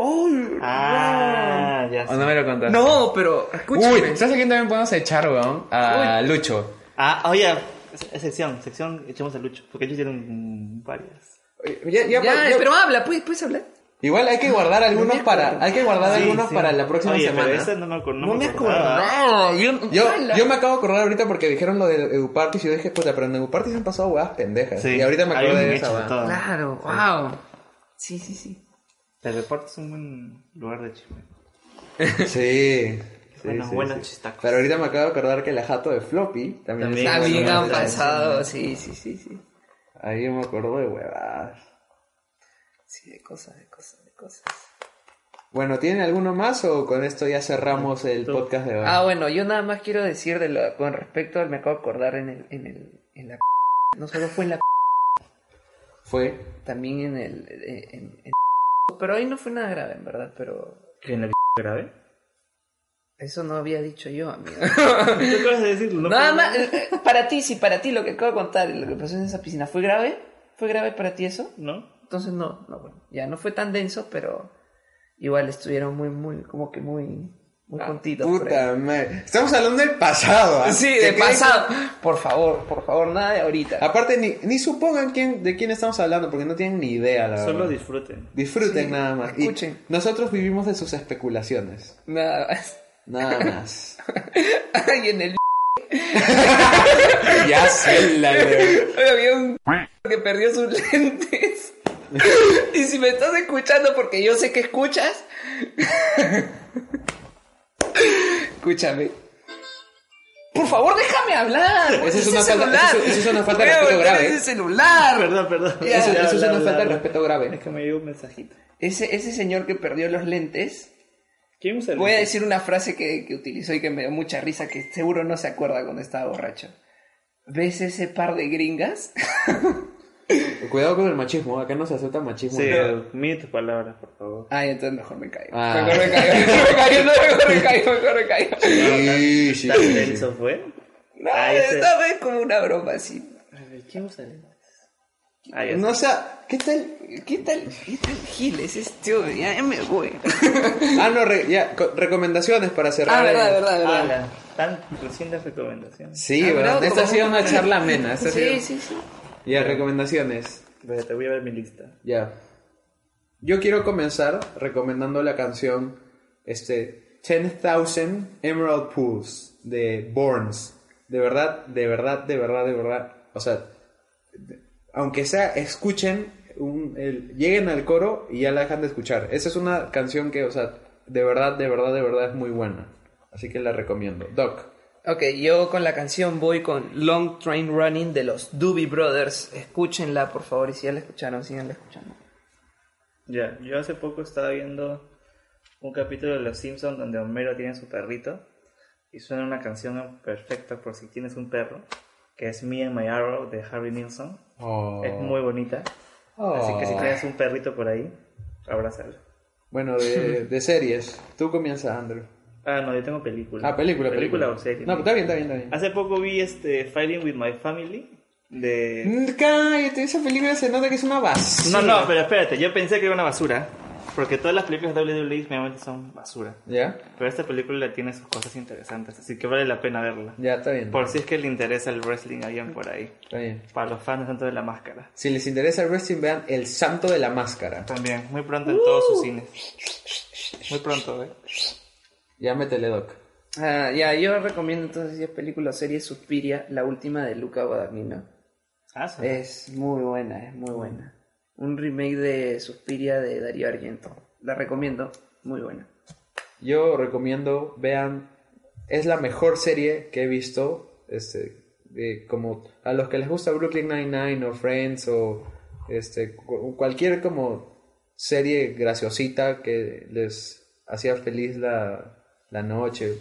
S1: Oh,
S3: Ah, ya
S2: O
S3: sé.
S2: no me lo
S1: wow.
S2: contaste.
S1: No, pero
S2: Uy,
S1: escúchame.
S2: ¿sabes a quién también podemos echar, weón? A Lucho.
S3: Ah, oye, es- es sección, sección, echemos a Lucho, porque ellos hicieron mm, varias.
S1: ya, pero habla, ¿puedes, puedes hablar?
S2: Igual hay que guardar algunos para. Hay que guardar
S3: Sí,
S2: algunos
S3: sí.
S2: para la próxima
S3: Oye,
S2: semana.
S3: Pero esa no me, acu- no
S1: No me
S3: acordaba.
S1: acordaba. Yo,
S2: Yo,
S1: Ala.
S2: yo me acabo de acordar ahorita porque dijeron lo de Edupartis y yo dije, puta, pero en Edupartis han pasado huevas pendejas.
S3: Sí,
S2: y ahorita me
S3: hay
S2: acuerdo
S3: un
S2: de
S3: hecho
S2: esa hueá.
S3: todo.
S1: Claro, wow. Sí, sí, sí.
S3: El deporte es un buen lugar de chisme.
S2: Sí. sí,
S3: Buenas,
S2: sí,
S3: buenas
S2: sí.
S3: chistacos.
S2: Pero ahorita me acabo de acordar que la jato de Floppy también,
S3: También.
S2: es un
S1: También
S2: buen
S1: han
S2: lugar de-
S1: pasado, sí, sí, sí, sí.
S2: Ahí yo me acuerdo de huevas.
S1: Sí, de cosas, de cosas, de cosas.
S2: Bueno, ¿tienen alguno más o con esto ya cerramos el
S3: Tú.
S2: podcast de hoy?
S1: Ah, bueno, yo nada más quiero decir de lo- con respecto al me acabo de acordar en el, en el, en la p- no solo fue en la p-
S2: Fue.
S1: también en el, eh, en- en- pero ahí no fue nada grave, en verdad, pero
S3: ¿En la p- grave?
S1: eso no había dicho yo, amigo.
S3: ¿Qué acabas de decirlo? No
S1: nada
S3: puedo-
S1: más, eh, para ti, si para ti lo que acabo de contar, lo que pasó en esa piscina, ¿fue grave? ¿Fue grave para ti eso?
S3: ¿No?
S1: Entonces no, no, bueno, ya no fue tan denso, pero igual estuvieron muy, muy, como que muy,
S3: Ah,
S1: muy juntitos. por ahí.
S2: Puta madre. Estamos hablando del pasado. ¿ah?
S1: Sí,
S2: Que
S1: de
S2: quede-
S1: pasado. Por favor, por favor, nada de ahorita.
S2: Aparte, ni, ni supongan quién, de quién estamos hablando porque no tienen ni idea, la
S3: Solo
S2: verdad.
S3: disfruten.
S2: Disfruten
S1: Sí,
S2: nada más. Y
S1: escuchen.
S2: nosotros vivimos de sus especulaciones.
S1: Nada más.
S2: Nada más.
S1: Ay, en el
S2: ya sé la
S1: había un que perdió sus lentes. y si me estás escuchando, porque yo sé que escuchas. Escúchame. Por favor, déjame hablar.
S2: Esa es
S1: Ese
S2: una falta-
S1: celular.
S2: eso- eso es una falta de
S1: Voy a
S2: respeto
S1: botar
S2: grave. ¿eh?
S1: Ese celular.
S3: Perdón, perdón.
S2: Eso,
S3: Ya,
S2: eso es
S3: bla,
S2: una
S3: bla,
S2: falta de
S3: bla.
S2: respeto
S3: Es
S2: grave.
S3: que me llegó un mensajito.
S1: Ese, ese señor que perdió los lentes.
S3: ¿Quién usa el
S1: Voy a decir una frase que, que utilizó y que me dio mucha risa, que seguro no se acuerda cuando estaba borracho. ¿Ves ese par de gringas?
S2: Cuidado con el machismo, acá no se acepta machismo.
S3: Sí,
S2: No.
S3: mide tus palabras, por favor.
S1: Ay, entonces mejor me caigo.
S2: Ah.
S1: Mejor me caigo, mejor me caigo, no, mejor me caigo, mejor me caigo.
S2: Sí, sí,
S3: ¿Tal
S2: sí,
S3: el
S2: sí.
S3: software?
S1: No,
S3: Ah, ese-
S1: esta vez como una broma así.
S3: ¿Quién usa el Ah, ya
S2: No,
S3: sé.
S2: o sea, ¿qué tal?
S1: ¿Qué tal, qué tal Gil es este hombre? Ya ya me voy.
S2: Ah, no, re- ya, co- recomendaciones para cerrar.
S1: Ah, verdad,
S2: el-
S1: verdad, verdad.
S3: Ala, tan recientes recomendaciones.
S2: Sí,
S1: Ah,
S2: ¿verdad?
S1: bravo,
S2: Esta ha
S1: como-
S2: sido una charla amena. esta ha
S1: Sí,
S2: sido-
S1: sí, sí.
S2: Ya, recomendaciones.
S3: Espérate, Te voy a ver mi lista.
S2: Ya. Yo quiero comenzar recomendando la canción este 10,000 Emerald Pools de Borns. De verdad, de verdad, de verdad, de verdad. O sea, de- aunque sea, escuchen, un- el- lleguen al coro y ya la dejan de escuchar. Esa es una canción que, o sea, de verdad, de verdad, de verdad es muy buena. Así que la recomiendo. Doc.
S1: Ok, yo con la canción voy con Long Train Running de los Doobie Brothers. Escúchenla, por favor, y si ya la escucharon, síganla escuchando.
S3: Ya, yo hace poco estaba viendo un capítulo de Los Simpsons donde Homero tiene su perrito y suena una canción perfecta por si tienes un perro, que es Me and My Arrow de Harry Nilsson. Es
S2: Oh.
S3: muy bonita. Así que si tienes un perrito por ahí, abrázalo.
S2: Bueno, de, de series. Tú comienzas, Andrew.
S3: Ah, no, yo tengo película.
S2: Ah, película, película.
S3: o serie.
S2: No, pues, está bien, está bien, está bien.
S3: Hace poco vi este Fighting with My Family de...
S2: Mm, Cállate, esa película se nota que es una basura.
S3: No, no, pero espérate, yo pensé que era una basura. Porque todas las películas de WWE normalmente son basura.
S2: ¿Ya?
S3: Pero esta película tiene sus cosas interesantes, así que vale la pena verla.
S2: Ya, está bien.
S3: Por si es que le interesa el wrestling a alguien por ahí.
S2: Está bien.
S3: Para los fans tanto de la máscara.
S2: Si les interesa el wrestling, vean El Santo de la Máscara.
S3: También, muy pronto en todos
S2: Uh.
S3: sus cines. Muy pronto, ¿eh?
S2: Ya métele, Doc.
S1: Ah, ya, yo recomiendo entonces esa película serie Suspiria, la última de Luca Guadagnino.
S3: Ah, sí.
S2: Eh.
S1: Es muy buena, es muy buena.
S3: Mm.
S1: Un remake de Suspiria de Darío Argento. La recomiendo, muy buena.
S2: Yo recomiendo vean es la mejor serie que he visto. Este, de- como a los que les gusta Brooklyn Nine-Nine o Friends o este, cu- cualquier como serie graciosita que les hacía feliz la, la noche.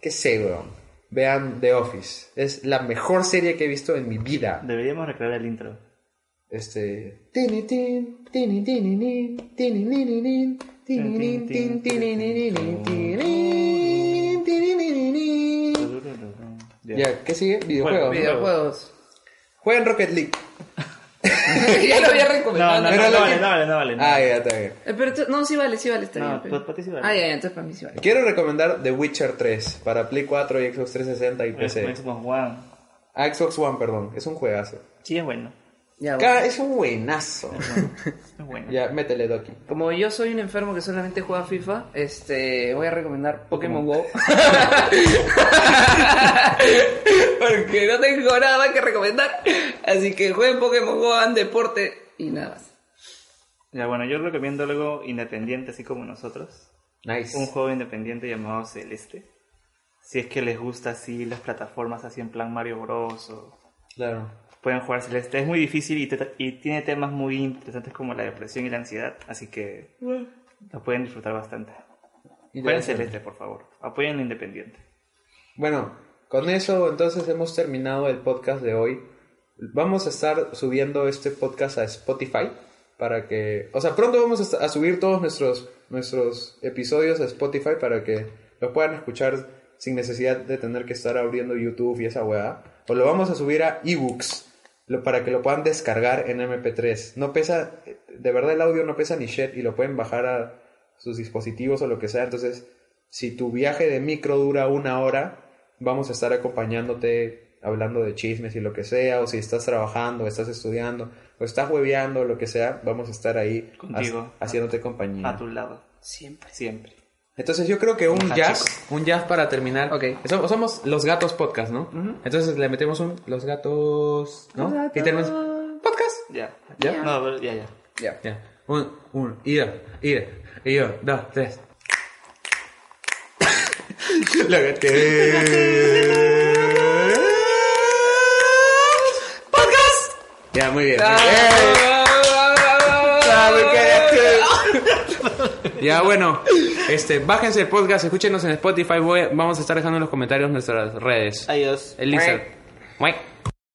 S2: ¿Qué sé, weón? Vean The Office. Es la mejor serie que he visto en mi vida.
S3: Deberíamos recrear el intro.
S2: Este. tinitín, tinitininín, tininininín, tinininín, tininininín, tinin, tininininín.
S3: Ya.
S2: Ya, ¿qué sigue? Videojuegos.
S3: Bueno,
S2: ¿no?
S1: Videojuegos.
S2: Jueguen Rocket League.
S1: ya lo había
S3: No, no,
S1: recomendado.
S3: no,
S2: Pero
S3: no
S2: lo
S3: vale,
S2: que-
S3: no vale, no vale. no.
S2: Ah, ya, está bien.
S1: Eh, pero tú- no, sí vale, sí vale, está
S3: No, pues,
S1: bien. pero-
S3: pa- para ti sí vale.
S1: Ah, ya, ya, entonces para mí sí vale.
S2: Quiero recomendar The Witcher 3 para Play 4 y Xbox 360 y PC.
S3: Xbox One.
S2: Ah, Xbox One, perdón. Es un juegazo.
S3: Sí, es Ah, bueno.
S1: Ya, bueno.
S2: Ca- Es un buenazo.
S3: Es bueno.
S2: Ya, métele, Doki.
S1: Como yo soy un enfermo que solamente juega FIFA, este, voy a recomendar Pokémon Go. Porque no tengo nada más que recomendar. Así que jueguen Pokémon Go, hagan deporte y nada más.
S3: Ya, bueno, yo recomiendo algo independiente, así como nosotros.
S2: Nice.
S3: Un juego independiente llamado Celeste. Si es que les gusta así las plataformas, así en plan Mario Bros. o-
S2: Claro.
S3: Pueden jugar Celeste. Es muy difícil y, te- y tiene temas muy interesantes como la depresión y la ansiedad. Así que
S1: Mm.
S3: lo pueden disfrutar bastante. Jueguen
S2: Interesante.
S3: Celeste, por favor. Apoyen lo independiente.
S2: Bueno, con eso entonces hemos terminado el podcast de hoy. Vamos a estar subiendo este podcast a Spotify para que, o sea, pronto vamos a esta- a subir todos nuestros nuestros episodios a Spotify para que los puedan escuchar sin necesidad de tener que estar abriendo YouTube y esa weá. O lo vamos a subir a eBooks lo- para que lo puedan descargar en MP3. No pesa, de verdad el audio no pesa ni shit y lo pueden bajar a sus dispositivos o lo que sea. Entonces, si tu viaje de micro dura una hora, vamos a estar acompañándote hablando de chismes y lo que sea, o si estás trabajando, estás estudiando, o estás hueveando, o lo que sea, vamos a estar ahí
S3: Contigo.
S2: ha- haciéndote compañía.
S3: A tu lado.
S1: Mm. Siempre.
S3: Siempre.
S2: Entonces yo creo que un
S3: Ah,
S2: jazz, un jazz para terminar.
S1: Ok.
S2: Som- Somos los gatos podcast, ¿no? Entonces le metemos un los gatos, ¿no? Y tenemos podcast.
S3: Ya.
S2: Ya.
S3: No, pero- ya, ya.
S1: Ya.
S2: Ya. Un, un, y dos, y dos, y dos, dos, tres. Los gatos podcast. Ya, muy bien. este ¡Eh! Ya, bueno, este, bájense el podcast, escúchenos en Spotify. voy- vamos a estar dejando en los comentarios nuestras redes.
S3: Adiós.
S2: El Instagram. Mueh.